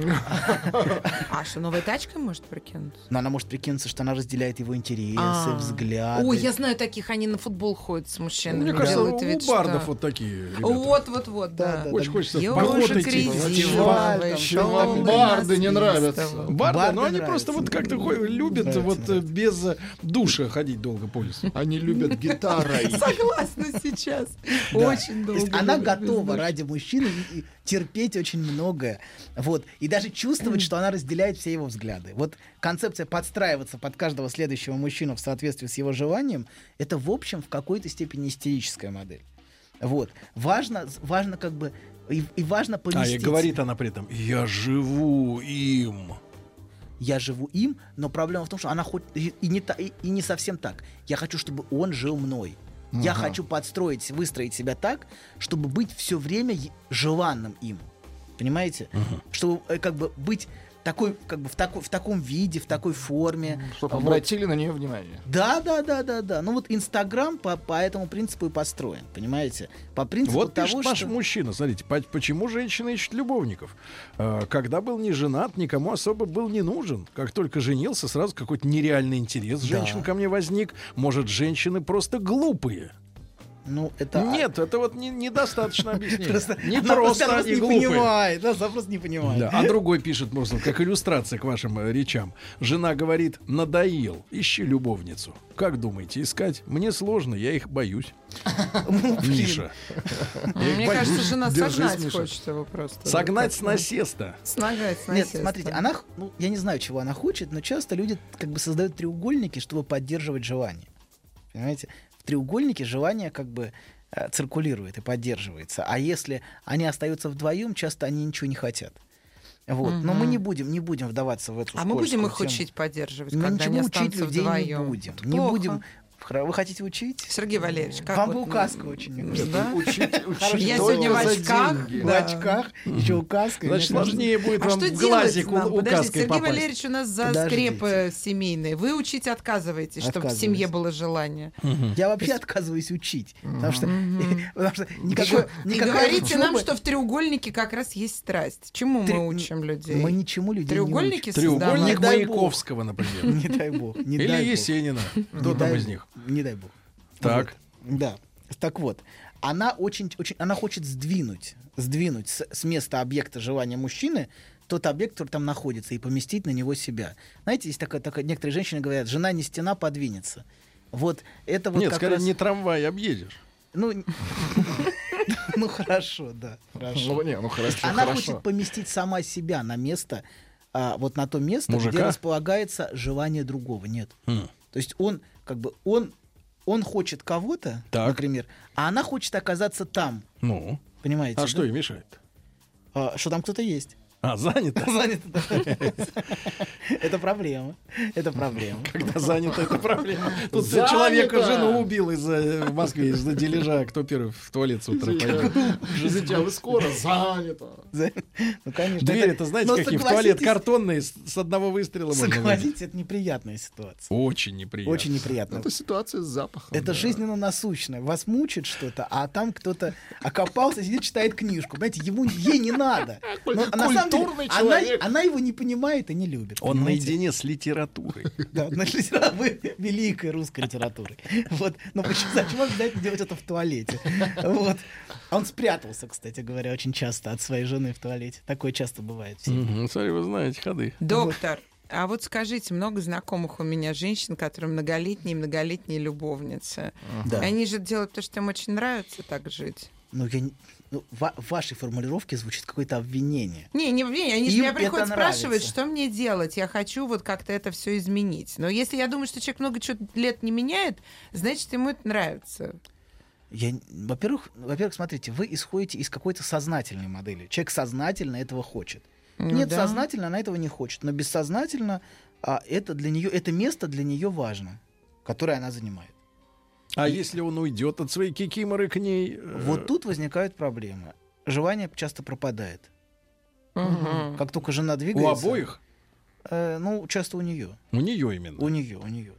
Speaker 5: А что, новой тачкой может прикинуться?
Speaker 4: Но она может прикинуться, что она разделяет его интересы,
Speaker 5: А.
Speaker 4: взгляды.
Speaker 5: Ой, я знаю таких, они на футбол ходят с мужчинами.
Speaker 3: Мне кажется,
Speaker 5: делают
Speaker 3: у
Speaker 5: вид, что-
Speaker 3: бардов вот такие ребята.
Speaker 5: Вот, вот, вот, да.
Speaker 4: Да,
Speaker 3: Очень хочется в
Speaker 5: Ёж
Speaker 3: поход
Speaker 5: и
Speaker 3: идти.
Speaker 4: фестиваль,
Speaker 5: кризис.
Speaker 6: там,
Speaker 5: Волны
Speaker 6: барды
Speaker 5: настилистого.
Speaker 6: не нравятся.
Speaker 3: Барды,
Speaker 4: Барды
Speaker 3: но они
Speaker 4: нравятся.
Speaker 3: просто вот как-то хо- любят
Speaker 4: Нравится,
Speaker 3: вот э, без э, душа ходить долго по лесу.
Speaker 6: Они
Speaker 3: Без
Speaker 6: любят гитарой.
Speaker 5: Согласна сейчас.
Speaker 4: Да.
Speaker 5: Очень
Speaker 4: То
Speaker 5: долго.
Speaker 4: есть она
Speaker 5: любят
Speaker 4: готова
Speaker 5: пиздеть.
Speaker 4: ради мужчины и- и терпеть очень многое. Вот. И даже чувствовать, что она разделяет все его взгляды. Вот концепция подстраиваться под каждого следующего мужчину в соответствии с его желанием, это, в общем, в какой-то степени истерическая модель. Вот. Важно, важно как бы... И, и важно
Speaker 3: А,
Speaker 4: поместить.
Speaker 3: и говорит она при этом, я живу им.
Speaker 4: Я живу им, но проблема в том, что она хоть и и не, та- и, и не совсем так. Я хочу, чтобы он жил мной. Я
Speaker 6: Ага.
Speaker 4: хочу подстроить, выстроить себя так, чтобы быть все время е- желанным им. Понимаете? Чтобы э, как бы быть такой, как бы в, такой, в таком виде, в такой форме.
Speaker 6: Чтобы
Speaker 4: Вот.
Speaker 6: обратили на нее внимание.
Speaker 4: Да, да, да, да, да. Ну вот Инстаграм по, по этому принципу и построен, понимаете? По принципу
Speaker 3: Вот
Speaker 4: того,
Speaker 3: пишет
Speaker 4: что...
Speaker 3: наш мужчина, смотрите, по- почему женщины ищут любовников? Э, Когда был не женат, никому особо был не нужен. Как только женился, сразу какой-то нереальный интерес женщин ко мне возник. Может, женщины просто глупые?
Speaker 4: Ну, это... а.
Speaker 3: Нет, это вот не- недостаточно объяснение.
Speaker 4: Просто,
Speaker 3: не
Speaker 4: она
Speaker 3: просто,
Speaker 4: просто
Speaker 3: они
Speaker 4: не
Speaker 3: глупые.
Speaker 4: понимает. Да, она просто не понимает.
Speaker 3: Да, А другой пишет, просто как иллюстрация к вашим э, речам. Жена говорит, надоел, ищи любовницу. Как думаете, искать? Мне сложно, я их боюсь. а
Speaker 4: Ну,
Speaker 3: Миша.
Speaker 5: Мне кажется, жена
Speaker 6: А Держись,
Speaker 5: согнать
Speaker 6: Миша.
Speaker 5: хочет его просто.
Speaker 3: Согнать с
Speaker 5: Вот так.
Speaker 3: насеста.
Speaker 5: Согнать
Speaker 4: Нет,
Speaker 5: с насеста.
Speaker 4: смотрите, она, х- ну, я не знаю, чего она хочет, но часто люди как бы создают треугольники, чтобы поддерживать желание. Понимаете? В треугольнике желание как бы э, циркулирует и поддерживается. А если они остаются вдвоем, часто они ничего не хотят. Вот. Но мы не будем, не будем вдаваться в эту
Speaker 5: А мы будем
Speaker 4: скользкую
Speaker 5: их
Speaker 4: тему.
Speaker 5: учить поддерживать,
Speaker 4: Мы
Speaker 5: когда они
Speaker 4: ничего учить
Speaker 5: останутся
Speaker 4: людей
Speaker 5: вдвоем.
Speaker 4: не будем.
Speaker 5: Это
Speaker 4: Не
Speaker 5: плохо.
Speaker 4: будем. Хра- Вы хотите учить?
Speaker 5: Сергей Валерьевич, как
Speaker 4: Вам
Speaker 5: вот а
Speaker 4: бы
Speaker 5: мы-
Speaker 4: указка очень
Speaker 5: Да?
Speaker 4: нужна.
Speaker 6: Учить, учить
Speaker 5: Я
Speaker 6: только
Speaker 5: сегодня в
Speaker 6: за
Speaker 5: очках.
Speaker 6: деньги.
Speaker 4: В
Speaker 5: Да.
Speaker 4: очках, еще указка.
Speaker 3: Значит, сложнее будет
Speaker 5: А
Speaker 3: вам
Speaker 5: что
Speaker 3: в
Speaker 5: делать
Speaker 3: глазик у-
Speaker 5: нам? Подождите,
Speaker 3: указкой
Speaker 5: Сергей
Speaker 3: попасть.
Speaker 5: Валерьевич у нас за
Speaker 4: Подождите.
Speaker 5: скрепы семейные. Вы учить отказываетесь, чтобы в
Speaker 4: Отказываюсь.
Speaker 5: семье было желание.
Speaker 4: Я вообще отказываюсь учить, потому что, потому что никакой,
Speaker 5: Еще и
Speaker 4: никакая
Speaker 5: говорите нам,
Speaker 4: учёба-
Speaker 5: что в треугольнике как раз есть страсть. Чему
Speaker 4: Тре-
Speaker 5: мы учим людей?
Speaker 4: мы ничему людей
Speaker 5: треугольники
Speaker 3: Треугольник
Speaker 4: Не дай бог.
Speaker 3: Маяковского,
Speaker 4: не
Speaker 3: например.
Speaker 4: учим. Не дай бог. Не
Speaker 3: Или
Speaker 4: дай бог.
Speaker 3: Есенина. Кто
Speaker 4: Не
Speaker 3: там
Speaker 4: дай
Speaker 3: из
Speaker 4: бог,
Speaker 3: них?
Speaker 4: Не дай бог.
Speaker 3: Так.
Speaker 4: Вот. Да. Так вот, она очень, очень, она хочет сдвинуть, сдвинуть с, с места объекта желания мужчины тот объект, который там находится, и поместить на него себя. Знаете, есть такая, такая некоторые женщины говорят, жена не стена, подвинется. Вот это вот
Speaker 3: Нет,
Speaker 4: как
Speaker 3: скорее
Speaker 4: раз-
Speaker 3: не трамвай объедешь.
Speaker 4: Ну, н- ну хорошо, да, хорошо.
Speaker 6: Ну, не, ну хорошо,
Speaker 4: Она
Speaker 6: хорошо.
Speaker 4: хочет поместить сама себя на место, а, вот на то место, где
Speaker 3: Мужика?
Speaker 4: располагается желание другого. Нет.
Speaker 3: М.
Speaker 4: То есть он, как бы, он, он хочет кого-то,
Speaker 3: Так.
Speaker 4: например, а она хочет оказаться там.
Speaker 3: Ну.
Speaker 4: Понимаете?
Speaker 3: А
Speaker 4: да?
Speaker 3: что ей мешает?
Speaker 4: А, что там кто-то есть.
Speaker 3: А, занято.
Speaker 4: Занято, да. Это проблема. Это проблема.
Speaker 3: Когда занято, это проблема. Тут
Speaker 6: Занято!
Speaker 3: человека жену убил из-за в Москве из-за дележа, кто первый в туалет с утра пойдет.
Speaker 4: ну,
Speaker 6: Извините, а вы скоро занято.
Speaker 4: За- Ну, конечно.
Speaker 3: Двери,
Speaker 4: это-
Speaker 3: это знаете,
Speaker 4: но
Speaker 3: какие в туалет
Speaker 4: согласитесь-
Speaker 3: картонные с с одного выстрела можно выбить.
Speaker 4: Согласитесь, это неприятная ситуация.
Speaker 3: Очень неприятно.
Speaker 4: Очень неприятная.
Speaker 3: Ну,
Speaker 6: Это ситуация с запахом.
Speaker 4: Это
Speaker 6: да.
Speaker 4: жизненно насущное. Вас мучит что-то, а там кто-то окопался, сидит, читает книжку. Понимаете, ему ей не надо. Но на самом деле
Speaker 6: Культурный
Speaker 4: она-
Speaker 6: человек.
Speaker 4: Она, его не понимает и не любит.
Speaker 3: Он
Speaker 4: понимаете?
Speaker 3: наедине с литературой.
Speaker 4: Да, нашлись рабы великой русской литературы. Вот. Но почему, зачем обязательно делать это в туалете? Вот. А Он спрятался, кстати говоря, очень часто от своей жены в туалете. Такое часто бывает. всем.
Speaker 3: Мгм, Ну, Смотри, вы знаете ходы.
Speaker 5: Доктор, а вот скажите, много знакомых у меня женщин, которые многолетние и многолетние любовницы.
Speaker 4: Да.
Speaker 5: Они же делают то, что им очень нравится так жить.
Speaker 4: Ну, я не- ну, ва- в вашей формулировке звучит какое-то обвинение.
Speaker 5: Не, не, не, они же
Speaker 4: Им
Speaker 5: меня приходят
Speaker 4: это
Speaker 5: спрашивать,
Speaker 4: нравится.
Speaker 5: что мне делать, я хочу вот как-то это все изменить. Но если я думаю, что человек много чего лет не меняет, значит, ему это нравится.
Speaker 4: Я, н- во-первых, во-первых, смотрите, вы исходите из какой-то сознательной модели. Человек сознательно этого хочет.
Speaker 5: Ну
Speaker 4: Нет,
Speaker 5: да.
Speaker 4: сознательно она этого не хочет, но бессознательно а, это для нее, это место для нее важно, которое она занимает.
Speaker 3: А если он уйдет от своей кикиморы к ней? э,
Speaker 4: Вот тут возникают проблемы. Желание часто пропадает.
Speaker 5: Мгм.
Speaker 4: Как только жена
Speaker 3: У
Speaker 4: двигается...
Speaker 3: обоих?
Speaker 4: э, ну, часто у нее.
Speaker 3: У нее именно.
Speaker 4: У нее, у нее.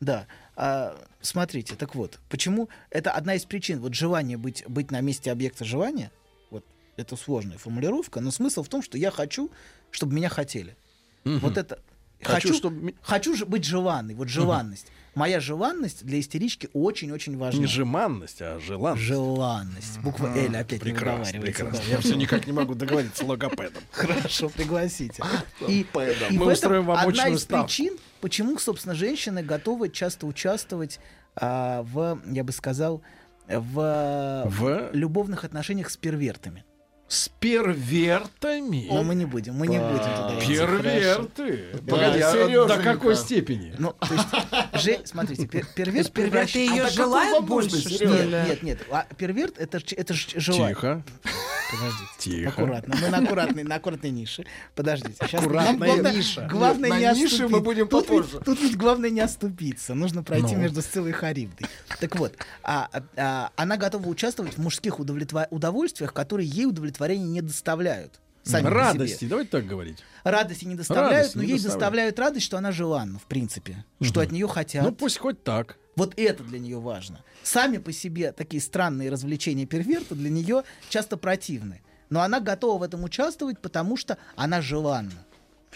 Speaker 4: Да. А, смотрите, так вот, почему... Это одна из причин. Вот желание быть, быть на месте объекта желания, вот это сложная формулировка, но смысл в том, что я хочу, чтобы меня хотели.
Speaker 3: Мгм.
Speaker 4: Вот это...
Speaker 3: Хочу,
Speaker 4: Хочу,
Speaker 3: чтобы ми-
Speaker 4: хочу же быть желанной. Вот желанность. Моя желанность для истерички очень-очень важна.
Speaker 3: не жеманность, а желанность.
Speaker 4: Желанность. Буква Л опять
Speaker 3: Прекрасно,
Speaker 4: не выговаривается.
Speaker 3: прекрасно.
Speaker 4: да.
Speaker 3: Я все никак не могу договориться с логопедом.
Speaker 4: Хорошо, пригласите. И,
Speaker 6: Пэдом.
Speaker 4: и
Speaker 3: Мы
Speaker 4: в этом
Speaker 3: устроим вам
Speaker 4: одна
Speaker 3: очную
Speaker 4: из
Speaker 3: ставку.
Speaker 4: причин, почему, собственно, женщины готовы часто участвовать а, в, я бы сказал, в,
Speaker 3: В?
Speaker 4: любовных отношениях с первертами.
Speaker 3: С первертами.
Speaker 4: Но мы не будем, мы не будем туда идти.
Speaker 3: Перверты. Погоди, а
Speaker 6: Серёженька.
Speaker 3: до какой степени?
Speaker 4: Ну, то есть, же, смотрите, пер- перверт превращ-
Speaker 5: Перверты ее
Speaker 6: какой
Speaker 5: желают
Speaker 6: вопрос,
Speaker 5: больше,
Speaker 6: Серёжа?
Speaker 5: что
Speaker 4: Нет,
Speaker 5: ли?
Speaker 4: нет, нет. А перверт это, ж- это ж желание.
Speaker 3: Тихо. Тихо.
Speaker 4: Ну, Аккуратно. Мы на аккуратной, на аккуратной нише. Подождите. Сейчас нам
Speaker 3: Аккуратная
Speaker 4: главное,
Speaker 3: ниша.
Speaker 4: главное
Speaker 6: Нет,
Speaker 4: не
Speaker 6: на нише мы
Speaker 4: оступи-
Speaker 6: будем
Speaker 4: тут
Speaker 6: попозже.
Speaker 4: Ведь, тут ведь главное не оступиться. Нужно пройти
Speaker 3: Ну.
Speaker 4: между Сциллой и Харибдой. Так вот, а, а, а, она готова участвовать в мужских удовлетва- удовольствиях, которые ей удовлетворения не доставляют. Сами по себе.
Speaker 3: Радости, давайте так говорить.
Speaker 4: Радости не доставляют,
Speaker 3: Радости
Speaker 4: но
Speaker 3: не
Speaker 4: ей
Speaker 3: доставляют.
Speaker 4: доставляют радость, что она желанна, в принципе. Что от нее хотят.
Speaker 3: Ну пусть хоть так.
Speaker 4: Вот это для нее важно. Сами по себе такие странные развлечения перверта для нее часто противны. Но она готова в этом участвовать, потому что она желанна.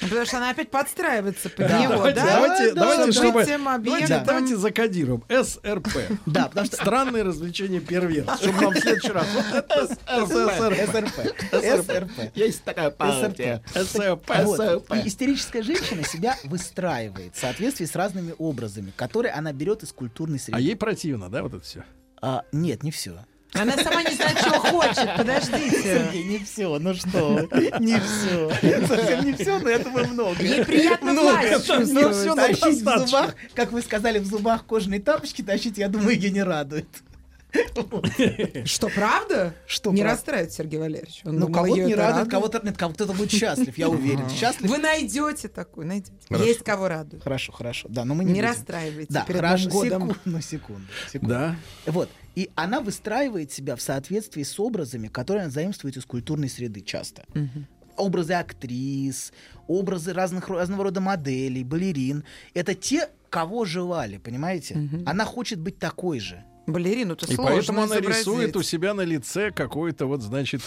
Speaker 5: Ну, Потому что она опять подстраивается под
Speaker 4: Да.
Speaker 5: него,
Speaker 3: Давайте,
Speaker 5: да?
Speaker 3: давайте,
Speaker 4: Да,
Speaker 3: давайте,
Speaker 4: да,
Speaker 3: чтобы-
Speaker 5: Событием,
Speaker 3: давайте,
Speaker 5: объектом.
Speaker 3: давайте закодируем. СРП.
Speaker 4: Да, потому что
Speaker 3: Странные развлечения перверт. Чтобы нам в следующий раз. Вот это СРП.
Speaker 4: СРП. СРП.
Speaker 6: Есть такая партия.
Speaker 3: СРП.
Speaker 4: Вот. И истерическая женщина себя выстраивает в соответствии с разными образами, которые она берет из культурной
Speaker 3: А
Speaker 4: среды.
Speaker 3: ей противно, да, вот это все?
Speaker 4: А, нет, не все.
Speaker 5: Она сама не знает, чего хочет. Подождите.
Speaker 3: Э.
Speaker 4: Сергей, не все, ну что, вы, не все. Совсем не все, но этого много.
Speaker 5: Ей приятно власть
Speaker 4: Ну все,
Speaker 5: чувствовать.
Speaker 4: тащить в зубах, как вы сказали, в зубах кожаные тапочки тащить, я думаю, ее не радует.
Speaker 5: Что, правда?
Speaker 4: Что
Speaker 5: Не
Speaker 4: правда?
Speaker 5: расстраивает Сергей Валерьевич. Он
Speaker 4: Ну,
Speaker 5: думал,
Speaker 4: кого-то
Speaker 5: её
Speaker 4: не
Speaker 5: это
Speaker 4: радует,
Speaker 5: радует.
Speaker 4: кого-то нет, кого-то будет счастлив, я уверен. Счастлив.
Speaker 5: Вы найдете такую, найдете.
Speaker 3: Хорошо.
Speaker 5: Есть кого радует.
Speaker 4: Хорошо, хорошо. Да, но мы не
Speaker 5: Не
Speaker 4: будем.
Speaker 5: расстраивайте
Speaker 4: Да,
Speaker 5: перед
Speaker 4: хорошо.
Speaker 5: Новым годом.
Speaker 4: Секунду, секунду, секунду.
Speaker 3: Да.
Speaker 4: Вот. И она выстраивает себя в соответствии с образами, которые она заимствует из культурной среды часто. Образы актрис, образы разных, ро- разного рода моделей, балерин. Это те, кого желали, понимаете? Она хочет быть такой же.
Speaker 5: Балерину-то
Speaker 3: И
Speaker 5: сложно
Speaker 3: поэтому она
Speaker 5: изобразить.
Speaker 3: рисует у себя на лице какой-то вот, значит,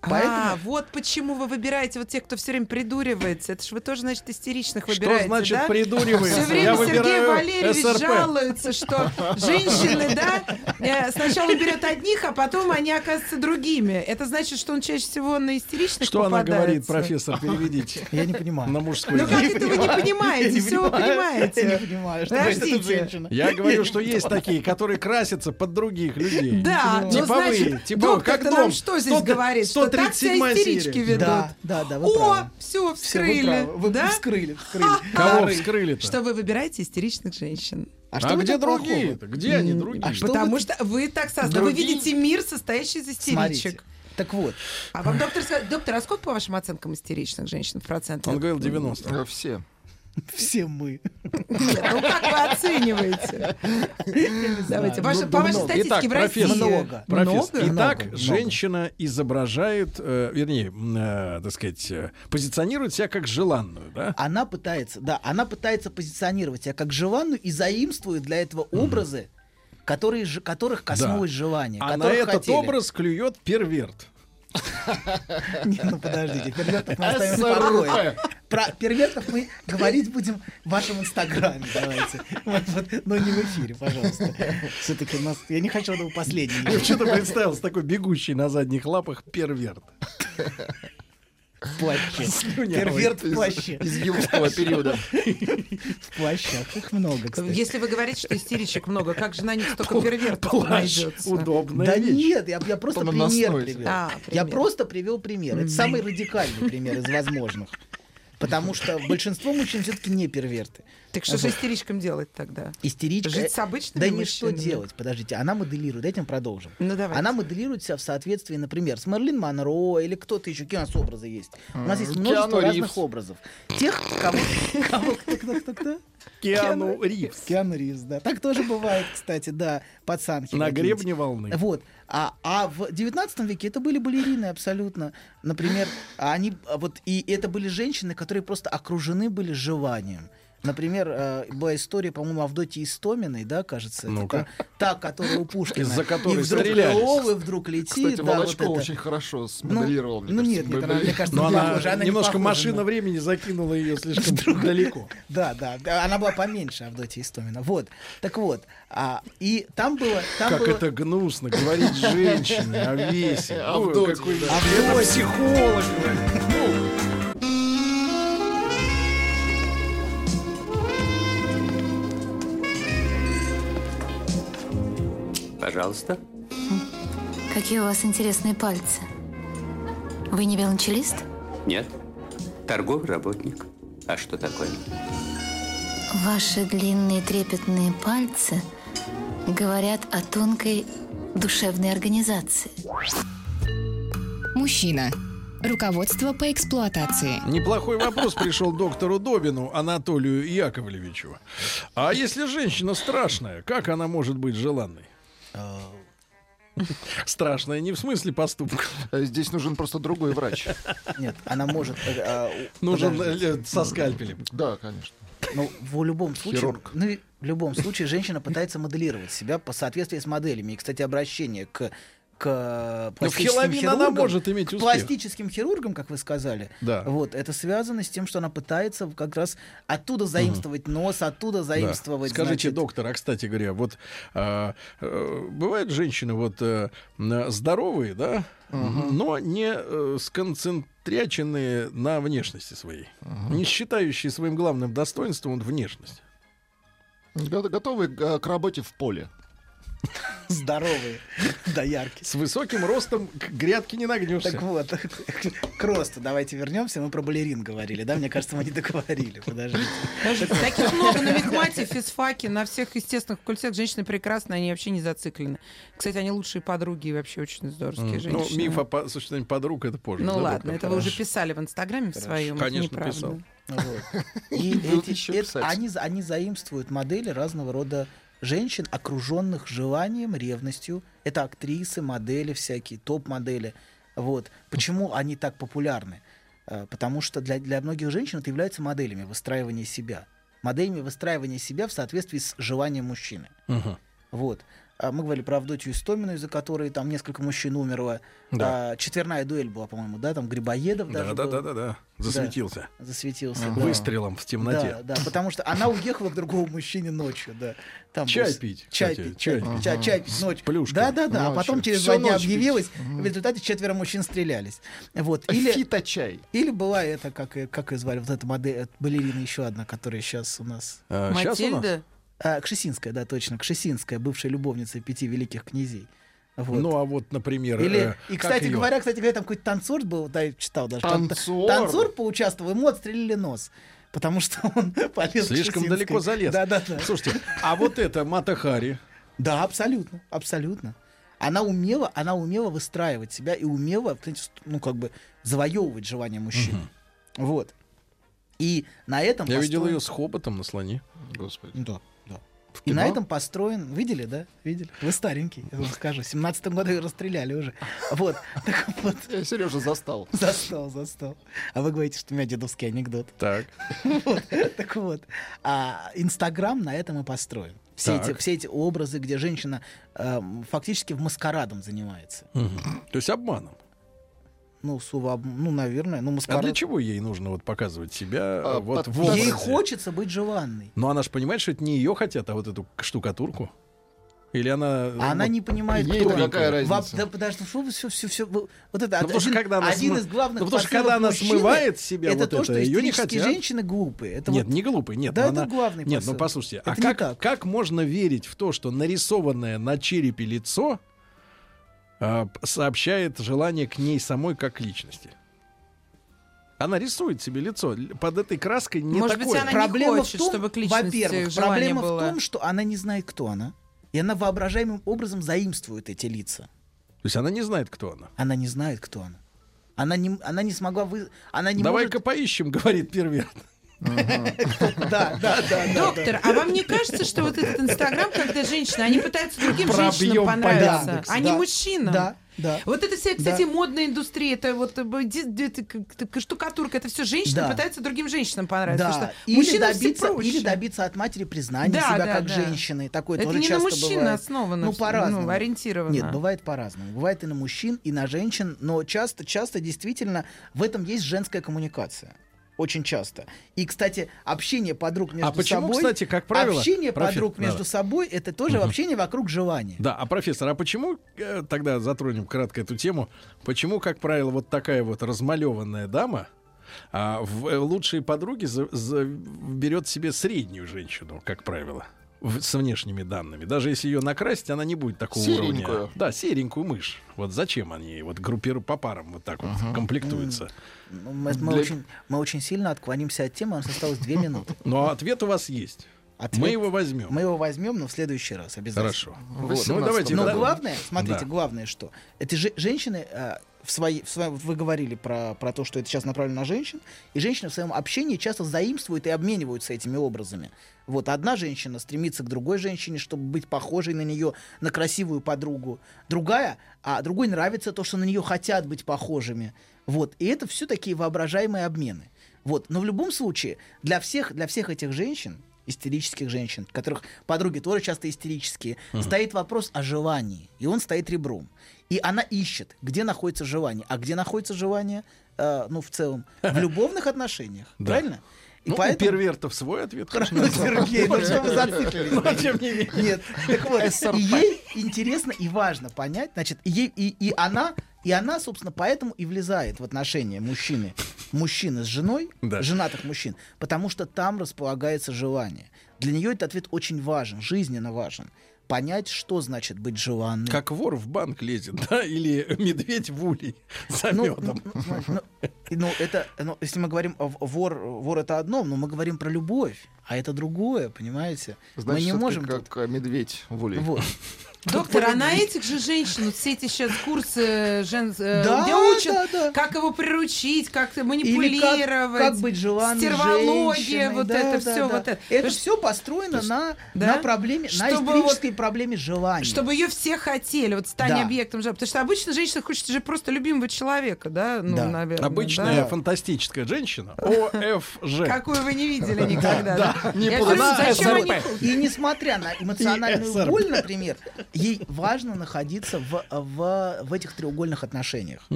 Speaker 5: А, вот почему вы выбираете вот тех, кто все время придуривается. Это же вы тоже, значит, истеричных
Speaker 3: что
Speaker 5: выбираете,
Speaker 3: значит
Speaker 5: да?
Speaker 3: придуривается?
Speaker 5: Все время
Speaker 3: Я
Speaker 5: Сергей
Speaker 3: выбираю
Speaker 5: Валерьевич
Speaker 3: СРП.
Speaker 5: жалуется, что женщины, да, э, сначала берет одних, а потом они оказываются другими. Это значит, что он чаще всего на истеричных
Speaker 3: Что она говорит,
Speaker 5: попадается.
Speaker 3: профессор, переведите
Speaker 4: Я не понимаю.
Speaker 3: на мужской.
Speaker 5: Ну как
Speaker 3: язык.
Speaker 5: это вы не понимаете? Все вы
Speaker 4: Я не
Speaker 5: понимаете.
Speaker 4: понимаю, что значит эта
Speaker 5: Подождите.
Speaker 4: женщина.
Speaker 3: Я говорю, что есть такие, которые красятся под других людей.
Speaker 5: Да, ну,
Speaker 3: типовые,
Speaker 5: значит,
Speaker 3: типовые,
Speaker 5: доктор-то
Speaker 3: как
Speaker 5: нам
Speaker 3: дом.
Speaker 5: что здесь
Speaker 3: 100
Speaker 5: говорит? Что так себя
Speaker 3: 137-я
Speaker 5: истерички
Speaker 3: серия.
Speaker 5: ведут.
Speaker 4: Да, да, да, вы
Speaker 5: О,
Speaker 4: правы.
Speaker 5: все,
Speaker 4: Всё, вы
Speaker 5: вскрыли.
Speaker 4: правы. Вы
Speaker 5: да?
Speaker 4: вскрыли, вскрыли.
Speaker 3: Кого
Speaker 4: Дары.
Speaker 3: вскрыли-то?
Speaker 5: Что вы выбираете истеричных женщин.
Speaker 3: А,
Speaker 4: в
Speaker 3: где
Speaker 4: этом плохого?
Speaker 3: другие? Где они другие?
Speaker 4: а что
Speaker 5: Потому
Speaker 4: вы-
Speaker 5: что вы так созданы. Вы
Speaker 3: Другие-
Speaker 5: видите мир, состоящий из
Speaker 4: Смотрите.
Speaker 5: истеричек.
Speaker 4: Так вот,
Speaker 5: А вам доктор сказал, доктор, а сколько по вашим оценкам истеричных женщин в процентах?
Speaker 3: Он говорил 90.
Speaker 6: Э, Все.
Speaker 4: все мы.
Speaker 5: Нет, ну как вы оцениваете? Давайте,
Speaker 4: знаю.
Speaker 5: ваши-
Speaker 4: Ну,
Speaker 5: по вашей
Speaker 4: много.
Speaker 5: статистике
Speaker 3: Итак,
Speaker 5: в России.
Speaker 3: профессор.
Speaker 4: Много.
Speaker 3: Профессор.
Speaker 5: Много?
Speaker 3: Итак,
Speaker 4: Много, много.
Speaker 3: женщина изображает, э, вернее, м, э, так сказать, э, позиционирует себя как желанную, да?
Speaker 4: Она пытается, да, она пытается позиционировать себя как желанную и заимствует для этого образы, которые, же- которых коснулось желание,
Speaker 3: А на
Speaker 4: которых
Speaker 3: этот
Speaker 4: хотели.
Speaker 3: образ клюет перверт.
Speaker 4: Не, ну подождите, первертов мы оставим в покое. Про первертов мы говорить будем в вашем инстаграме, давайте. Вот, вот, но не в эфире, пожалуйста. Все-таки у нас... Я не хочу этого
Speaker 3: Я
Speaker 4: последнего.
Speaker 3: что-то представился такой бегущий на задних лапах перверт. Ну,
Speaker 4: В плаще.
Speaker 3: Слюнявый.
Speaker 4: Перверт в
Speaker 6: Из-
Speaker 4: плаще.
Speaker 6: Из юрского периода.
Speaker 4: В плащах. Их много, кстати.
Speaker 5: Если вы говорите, что истеричек много, как же на них столько первертов
Speaker 3: Плащ.
Speaker 5: найдется?
Speaker 3: Удобная
Speaker 4: Да
Speaker 3: вещь.
Speaker 4: нет, я, я просто
Speaker 6: Полоносной.
Speaker 4: пример привел.
Speaker 5: А,
Speaker 4: Я
Speaker 5: пример.
Speaker 4: просто привел пример. Это самый радикальный пример из возможных. Потому что большинство мужчин все-таки не перверты.
Speaker 5: Так что же истеричкам делать тогда?
Speaker 4: Истеричка.
Speaker 5: Жить с обычными
Speaker 4: Да не что
Speaker 5: мужчинами?
Speaker 4: делать, подождите. Она моделирует, дайте мы продолжим.
Speaker 5: Ну, давайте.
Speaker 4: Она моделирует себя в соответствии, например, с Мерлин Монро или кто-то еще. Какие у нас образы есть? У нас есть множество
Speaker 6: Киану
Speaker 4: разных
Speaker 6: Ривз.
Speaker 4: образов. Тех, кого... кого- кто- кто- кто- кто?
Speaker 3: Киану Ривз.
Speaker 4: Киану Ривз, да. Так тоже бывает, кстати, да. Пацанки.
Speaker 3: На
Speaker 4: какие-нибудь.
Speaker 3: гребне волны.
Speaker 4: Вот. А, а в 19 веке это были балерины абсолютно. Например, они а вот и это были женщины, которые просто окружены были желанием. Например, э, была история, по-моему, Авдотьи Истоминой, да, кажется, это
Speaker 3: Ну-ка.
Speaker 4: та, та, которая у Пушкина.
Speaker 3: Из-за которой
Speaker 4: и вдруг
Speaker 3: стреляли.
Speaker 4: лов, и вдруг летит.
Speaker 6: Кстати,
Speaker 4: да, вот
Speaker 6: Волочкова
Speaker 4: это.
Speaker 6: очень хорошо
Speaker 4: ну,
Speaker 6: смоделировал. мне
Speaker 4: ну
Speaker 6: кажется,
Speaker 4: нет, нет, она,
Speaker 6: Бэбли.
Speaker 4: мне кажется,
Speaker 3: Но
Speaker 4: не
Speaker 3: Ну, она
Speaker 4: похожа, она не
Speaker 3: немножко
Speaker 4: похожа
Speaker 3: машина
Speaker 4: на-
Speaker 3: времени закинула ее слишком далеко.
Speaker 4: Да, да, да, она была поменьше Авдотья Истомина. Вот, так вот, а, и там было, там
Speaker 3: Как
Speaker 4: было...
Speaker 3: это гнусно говорить женщине о весе.
Speaker 6: Авдотья, да.
Speaker 3: Это психолог.
Speaker 7: Пожалуйста.
Speaker 1: Какие у вас интересные пальцы. Вы не велончелист?
Speaker 7: Нет. Торговый работник. А что такое?
Speaker 1: Ваши длинные трепетные пальцы говорят о тонкой душевной организации.
Speaker 2: Мужчина. Руководство по эксплуатации.
Speaker 3: Ну, Неплохой вопрос пришел доктору Добину Анатолию Яковлевичу. А если женщина страшная, как она может быть желанной?
Speaker 4: А.
Speaker 3: Страшная не в смысле поступка.
Speaker 6: Э, Здесь нужен просто другой врач.
Speaker 4: Нет, она может... э, э, у-
Speaker 3: Нужен
Speaker 4: подожди.
Speaker 3: э, со скальпелем.
Speaker 6: Да, конечно.
Speaker 4: Ну, в любом случае,
Speaker 6: Хирург.
Speaker 4: ну, и в любом случае, женщина пытается моделировать себя по соответствии с моделями. И, кстати, обращение к к пластическим
Speaker 3: Хеловин Ну, она
Speaker 4: хирургам,
Speaker 3: может иметь
Speaker 4: к
Speaker 3: успех.
Speaker 4: пластическим хирургам, как вы сказали,
Speaker 3: Да.
Speaker 4: вот это связано с тем, что она пытается как раз оттуда заимствовать нос, оттуда заимствовать.
Speaker 3: Да. Скажите,
Speaker 4: значит,
Speaker 3: доктор, а кстати говоря, вот а, э, бывают женщины вот э, м, здоровые, да, но не э, сконцентряченные на внешности своей, не считающие своим главным достоинством вот внешность.
Speaker 6: Го- Готовы э, к работе в поле.
Speaker 4: здоровые доярки.
Speaker 3: С высоким ростом к грядке не нагнешься.
Speaker 4: Так вот, к росту давайте вернемся. Мы про балерин говорили, да? Мне кажется, мы не договорили. Подождите.
Speaker 5: Таких много на мехмате, физфаке, на всех естественных факультетах. Женщины прекрасны, они вообще не зациклены. Кстати, они лучшие подруги и вообще очень здоровские
Speaker 3: ну,
Speaker 5: женщины.
Speaker 3: миф о по- существовании подруг это позже.
Speaker 5: Ну
Speaker 3: да,
Speaker 5: ладно,
Speaker 3: доктор?
Speaker 5: это вы уже писали в Инстаграме в своем. это
Speaker 3: Конечно,
Speaker 5: неправда.
Speaker 3: писал.
Speaker 4: Вот. И
Speaker 6: Будут
Speaker 4: эти-
Speaker 6: еще
Speaker 4: это-
Speaker 6: писать.
Speaker 4: они, за- они заимствуют модели разного рода женщин, окруженных желанием, ревностью. Это актрисы, модели всякие, топ-модели. Вот. Почему они так популярны? Э, Потому что для, для многих женщин это является моделями выстраивания себя. Моделями выстраивания себя в соответствии с желанием мужчины.
Speaker 3: Мгм.
Speaker 4: Вот. А Мы говорили про Авдотью Истомину, из-за которой там несколько мужчин умерло.
Speaker 3: Да.
Speaker 4: А, Четверная дуэль была, по-моему, да? Там Грибоедов
Speaker 3: Да,
Speaker 4: даже
Speaker 3: да,
Speaker 4: был.
Speaker 3: да, да, да. Засветился.
Speaker 4: засветился. да.
Speaker 3: Выстрелом в темноте.
Speaker 4: Да, да, потому что она уехала к другому мужчине ночью, да. Там
Speaker 3: Чай
Speaker 4: был с-
Speaker 3: пить,
Speaker 4: Чай
Speaker 3: кстати,
Speaker 4: пить,
Speaker 3: чай
Speaker 4: чай,
Speaker 3: пить.
Speaker 4: чай- чай пить ночью.
Speaker 3: плюшкой
Speaker 4: Да, да, да. А
Speaker 6: ночью.
Speaker 4: потом через
Speaker 6: Всю
Speaker 4: два дня
Speaker 6: ночь пить.
Speaker 4: объявилась, в результате четверо мужчин стрелялись. Вот.
Speaker 3: Э,
Speaker 4: Или,
Speaker 6: Фиточай.
Speaker 4: или была это, как, ее- как ее звали, вот эта модель, э, балерина еще одна, которая сейчас у нас...
Speaker 3: А, щас у нас-
Speaker 5: Матильда?
Speaker 4: А, Кшесинская, да, точно, Кшесинская, бывшая любовница пяти великих князей. Вот.
Speaker 3: Ну, а вот, например...
Speaker 4: Или,
Speaker 3: э,
Speaker 4: и,
Speaker 3: как
Speaker 4: кстати
Speaker 3: её?
Speaker 4: говоря, кстати говоря, там какой-то танцор был, да, я читал даже. там та-
Speaker 6: Танцор?
Speaker 4: Танцор поучаствовал, ему отстрелили нос. Потому что он полез к
Speaker 3: Слишком
Speaker 4: Шесинской.
Speaker 3: далеко залез.
Speaker 4: Да, да, да.
Speaker 3: Слушайте, а вот это Мата Хари.
Speaker 4: Да, абсолютно, абсолютно. Она умела, она умела выстраивать себя и умела, кстати, ст- ну, как бы, завоевывать желание мужчин. Вот. И на этом
Speaker 3: Я видел
Speaker 4: построен- Ну
Speaker 3: ее с хоботом на слоне.
Speaker 6: Господи.
Speaker 4: Да, да. И на этом построен... Видели, да? Видели? Вы старенький, я вам скажу. В 17 году ее расстреляли уже. Вот. Так вот.
Speaker 6: Сережа застал.
Speaker 4: Застал, застал. А вы говорите, что у меня дедовский анекдот.
Speaker 3: Так.
Speaker 4: Так вот, а Инстаграм на этом и построен. Все,
Speaker 3: Так.
Speaker 4: эти, все эти образы, где женщина эм, фактически в маскарадом занимается.
Speaker 3: То есть обманом.
Speaker 4: Ну, суво, ну, наверное, ну,
Speaker 3: А для
Speaker 4: маскарад.
Speaker 3: чего ей нужно вот показывать себя
Speaker 6: А,
Speaker 3: э, вот в
Speaker 6: под- для-
Speaker 3: образе?
Speaker 4: Ей хочется быть желанной.
Speaker 3: Но она же понимает, что это не ее хотят, а вот эту к- штукатурку. Или она... ну,
Speaker 4: А она не понимает,
Speaker 6: Ей-то
Speaker 4: кто
Speaker 6: какая
Speaker 4: Во-
Speaker 6: разница?
Speaker 4: Да подожди, что вы все, все, все. Вот это
Speaker 3: Ну, потому что когда она
Speaker 4: один
Speaker 3: см-
Speaker 4: из главных
Speaker 3: Ну, потому что
Speaker 4: посылов
Speaker 3: когда она
Speaker 4: мужчины
Speaker 3: смывает себя
Speaker 4: это
Speaker 3: вот
Speaker 4: то,
Speaker 3: это,
Speaker 4: что
Speaker 3: её не
Speaker 4: истерические
Speaker 3: хотят.
Speaker 4: женщины глупые. Это
Speaker 3: Нет,
Speaker 4: вот-
Speaker 3: не глупые, нет.
Speaker 4: Да,
Speaker 3: но
Speaker 4: это
Speaker 3: она-
Speaker 4: главный
Speaker 3: Нет, ну
Speaker 4: посыл.
Speaker 3: послушайте, а
Speaker 4: Это не
Speaker 3: как,
Speaker 4: так.
Speaker 3: как можно верить в то, что нарисованное на черепе лицо э, п- сообщает желание к ней самой как к личности? Она рисует себе лицо. Л- Под этой краской не
Speaker 5: Может быть,
Speaker 3: такое.
Speaker 5: она не
Speaker 4: проблема
Speaker 5: хочет,
Speaker 4: в том,
Speaker 5: чтобы к личности
Speaker 4: во-первых,
Speaker 5: желание
Speaker 4: проблема
Speaker 5: было.
Speaker 4: в том, что она не знает, кто она, и она воображаемым образом заимствует эти лица.
Speaker 3: То есть она не знает, кто она.
Speaker 4: Она не знает, кто она. Она не, она не смогла вы, она не
Speaker 3: Давай-ка
Speaker 4: может.
Speaker 3: поищем, говорит перверт.
Speaker 4: Да, да, да.
Speaker 5: Доктор, а вам не кажется, что вот этот Инстаграм, когда женщины, они пытаются другим женщинам
Speaker 3: Пробьем
Speaker 5: понравиться,
Speaker 4: порядок,
Speaker 5: а не
Speaker 4: да.
Speaker 5: мужчинам?
Speaker 4: Да, да.
Speaker 5: Вот это вся, кстати, модная индустрия, это вот э, б- ди- ди- это к- к- к- штукатурка, это все женщины
Speaker 4: Да.
Speaker 5: пытаются другим женщинам понравиться. потому
Speaker 4: Да.
Speaker 5: что
Speaker 4: Или
Speaker 5: мужчинам все
Speaker 4: добиться,
Speaker 5: проще.
Speaker 4: или добиться от матери признания
Speaker 5: Да,
Speaker 4: себя
Speaker 5: да,
Speaker 4: как
Speaker 5: да.
Speaker 4: женщины. Такое
Speaker 5: Это
Speaker 4: тоже
Speaker 5: не на
Speaker 4: часто
Speaker 5: мужчин
Speaker 4: бывает.
Speaker 5: основано,
Speaker 4: Ну,
Speaker 5: что-
Speaker 4: по-разному.
Speaker 5: ну, ориентировано.
Speaker 4: Нет, бывает по-разному. Бывает и на мужчин, и на женщин, но часто, часто действительно в этом есть женская коммуникация. Очень часто. И, кстати, общение подруг между
Speaker 3: А почему,
Speaker 4: собой...
Speaker 3: кстати, как правило,
Speaker 4: Общение
Speaker 3: профи-
Speaker 4: подруг
Speaker 3: да,
Speaker 4: между
Speaker 3: да.
Speaker 4: собой — это тоже общение вокруг желания.
Speaker 3: Да, а профессор, а почему, э, тогда затронем кратко эту тему, почему, как правило, вот такая вот размалеванная дама а, в э, лучшие подруги за- за- берет себе среднюю женщину, как правило? в- со внешними данными. Даже если ее накрасить, она не будет такого уровня.
Speaker 6: Серенькую.
Speaker 3: Да, серенькую мышь. Вот зачем они вот группиру по парам вот так вот комплектуются?
Speaker 4: Ну, Мы, мы очень, мы очень сильно отклонимся от темы, у нас осталось две минуты.
Speaker 3: Но ответ у вас есть.
Speaker 4: Ответ-
Speaker 3: Мы его возьмем.
Speaker 4: Мы его возьмем, но в следующий раз обязательно.
Speaker 3: Хорошо.
Speaker 6: В
Speaker 3: Вот, ну
Speaker 6: 18-м
Speaker 3: давайте.
Speaker 4: Но
Speaker 3: да.
Speaker 4: главное, смотрите,
Speaker 3: Да.
Speaker 4: главное что. Эти же, женщины а, в своей, в своем- вы говорили про, про то, что это сейчас направлено на женщин, и женщины в своем общении часто заимствуют и обмениваются этими образами. Вот одна женщина стремится к другой женщине, чтобы быть похожей на нее, на красивую подругу. Другая, а другой нравится то, что на нее хотят быть похожими. Вот. И это все такие воображаемые обмены. Вот. Но в любом случае, для всех, для всех этих женщин, истерических женщин, которых подруги тоже часто истерические, стоит вопрос о желании. И он стоит ребром. И она ищет, где находится желание. А где находится желание, э, ну, в целом, в любовных отношениях.
Speaker 3: Да.
Speaker 4: Правильно? И
Speaker 3: Ну, у
Speaker 4: поэтому...
Speaker 3: первертов свой ответ.
Speaker 4: Хорошо, Сергей, ну что вы зациклились?
Speaker 3: Ну, а тем не менее.
Speaker 4: Нет, так вот, и ей интересно и важно понять, значит, и ей, и, и она, и она, собственно, поэтому и влезает в отношения мужчины, мужчины с женой,
Speaker 3: Да.
Speaker 4: женатых мужчин, потому что там располагается желание. Для нее этот ответ очень важен, жизненно важен. Понять, что значит быть желанным.
Speaker 3: Как вор в банк лезет, да? Или медведь в улей за
Speaker 4: ну,
Speaker 3: медом.
Speaker 4: ну, ну, ну, ну, это, ну, если мы говорим о в- вор, вор это одно, но мы говорим про любовь, а это другое, понимаете?
Speaker 6: Значит,
Speaker 4: мы не
Speaker 6: всё-таки
Speaker 4: можем
Speaker 6: как
Speaker 4: тут-
Speaker 6: э, медведь в улей.
Speaker 4: Вот.
Speaker 5: Доктор, а на этих же женщин, вот все эти сейчас курсы жен, э,
Speaker 4: Да,
Speaker 5: где учат,
Speaker 4: да, да.
Speaker 5: как его приручить, как
Speaker 4: Или
Speaker 5: манипулировать.
Speaker 4: как, как быть желанной
Speaker 5: стервология,
Speaker 4: женщиной.
Speaker 5: вот
Speaker 4: Да,
Speaker 5: это
Speaker 4: да,
Speaker 5: все,
Speaker 4: да.
Speaker 5: вот это.
Speaker 4: Это
Speaker 5: То есть,
Speaker 4: все построено на,
Speaker 5: да?
Speaker 4: на проблеме, на
Speaker 5: Чтобы
Speaker 4: исторической проблеме желания.
Speaker 5: Чтобы ее все хотели, вот стань
Speaker 4: Да.
Speaker 5: объектом жалоб. Потому что обычно женщина хочет же просто любимого человека, да? Ну,
Speaker 4: Да.
Speaker 5: наверное.
Speaker 3: Обычная фантастическая женщина. ОФЖ.
Speaker 5: да? Какую вы не видели никогда, да?
Speaker 6: Не
Speaker 5: Я
Speaker 6: буду.
Speaker 5: говорю,
Speaker 6: Она
Speaker 5: зачем они-
Speaker 4: И несмотря на
Speaker 3: И
Speaker 4: эмоциональную
Speaker 3: SRP.
Speaker 4: боль, например, ей важно находиться в, в, в этих треугольных отношениях.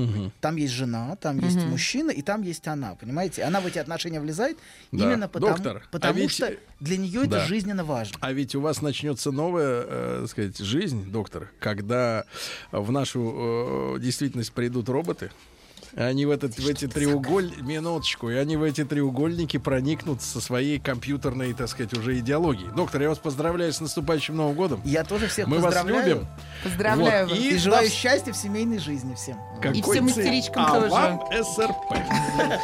Speaker 4: Там есть жена, там есть мужчина, и там есть она, понимаете? Она в эти отношения влезает
Speaker 3: Да.
Speaker 4: именно потому,
Speaker 3: Доктор, а
Speaker 4: потому
Speaker 3: ведь-
Speaker 4: что для нее
Speaker 3: Да.
Speaker 4: это жизненно важно.
Speaker 3: А ведь у вас начнется новая, э, так сказать, жизнь, доктор, когда в нашу э, действительность придут роботы. Они в, этот, в эти треуголь... Минуточку. И они в эти треугольники проникнут со своей компьютерной, так сказать, уже идеологией. Доктор, я вас поздравляю с наступающим Новым годом.
Speaker 4: Я тоже всех
Speaker 3: Мы вас
Speaker 4: поздравляю.
Speaker 3: любим.
Speaker 5: Поздравляю
Speaker 3: Вот,
Speaker 5: вас.
Speaker 3: и-
Speaker 4: И желаю
Speaker 3: Да.
Speaker 4: счастья в семейной жизни всем.
Speaker 3: Какой
Speaker 5: всем
Speaker 3: цель?
Speaker 5: истеричкам
Speaker 3: а
Speaker 5: тоже.
Speaker 3: вам СРП.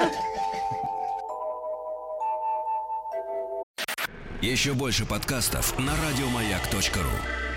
Speaker 8: Еще больше подкастов на радиомаяк.ру.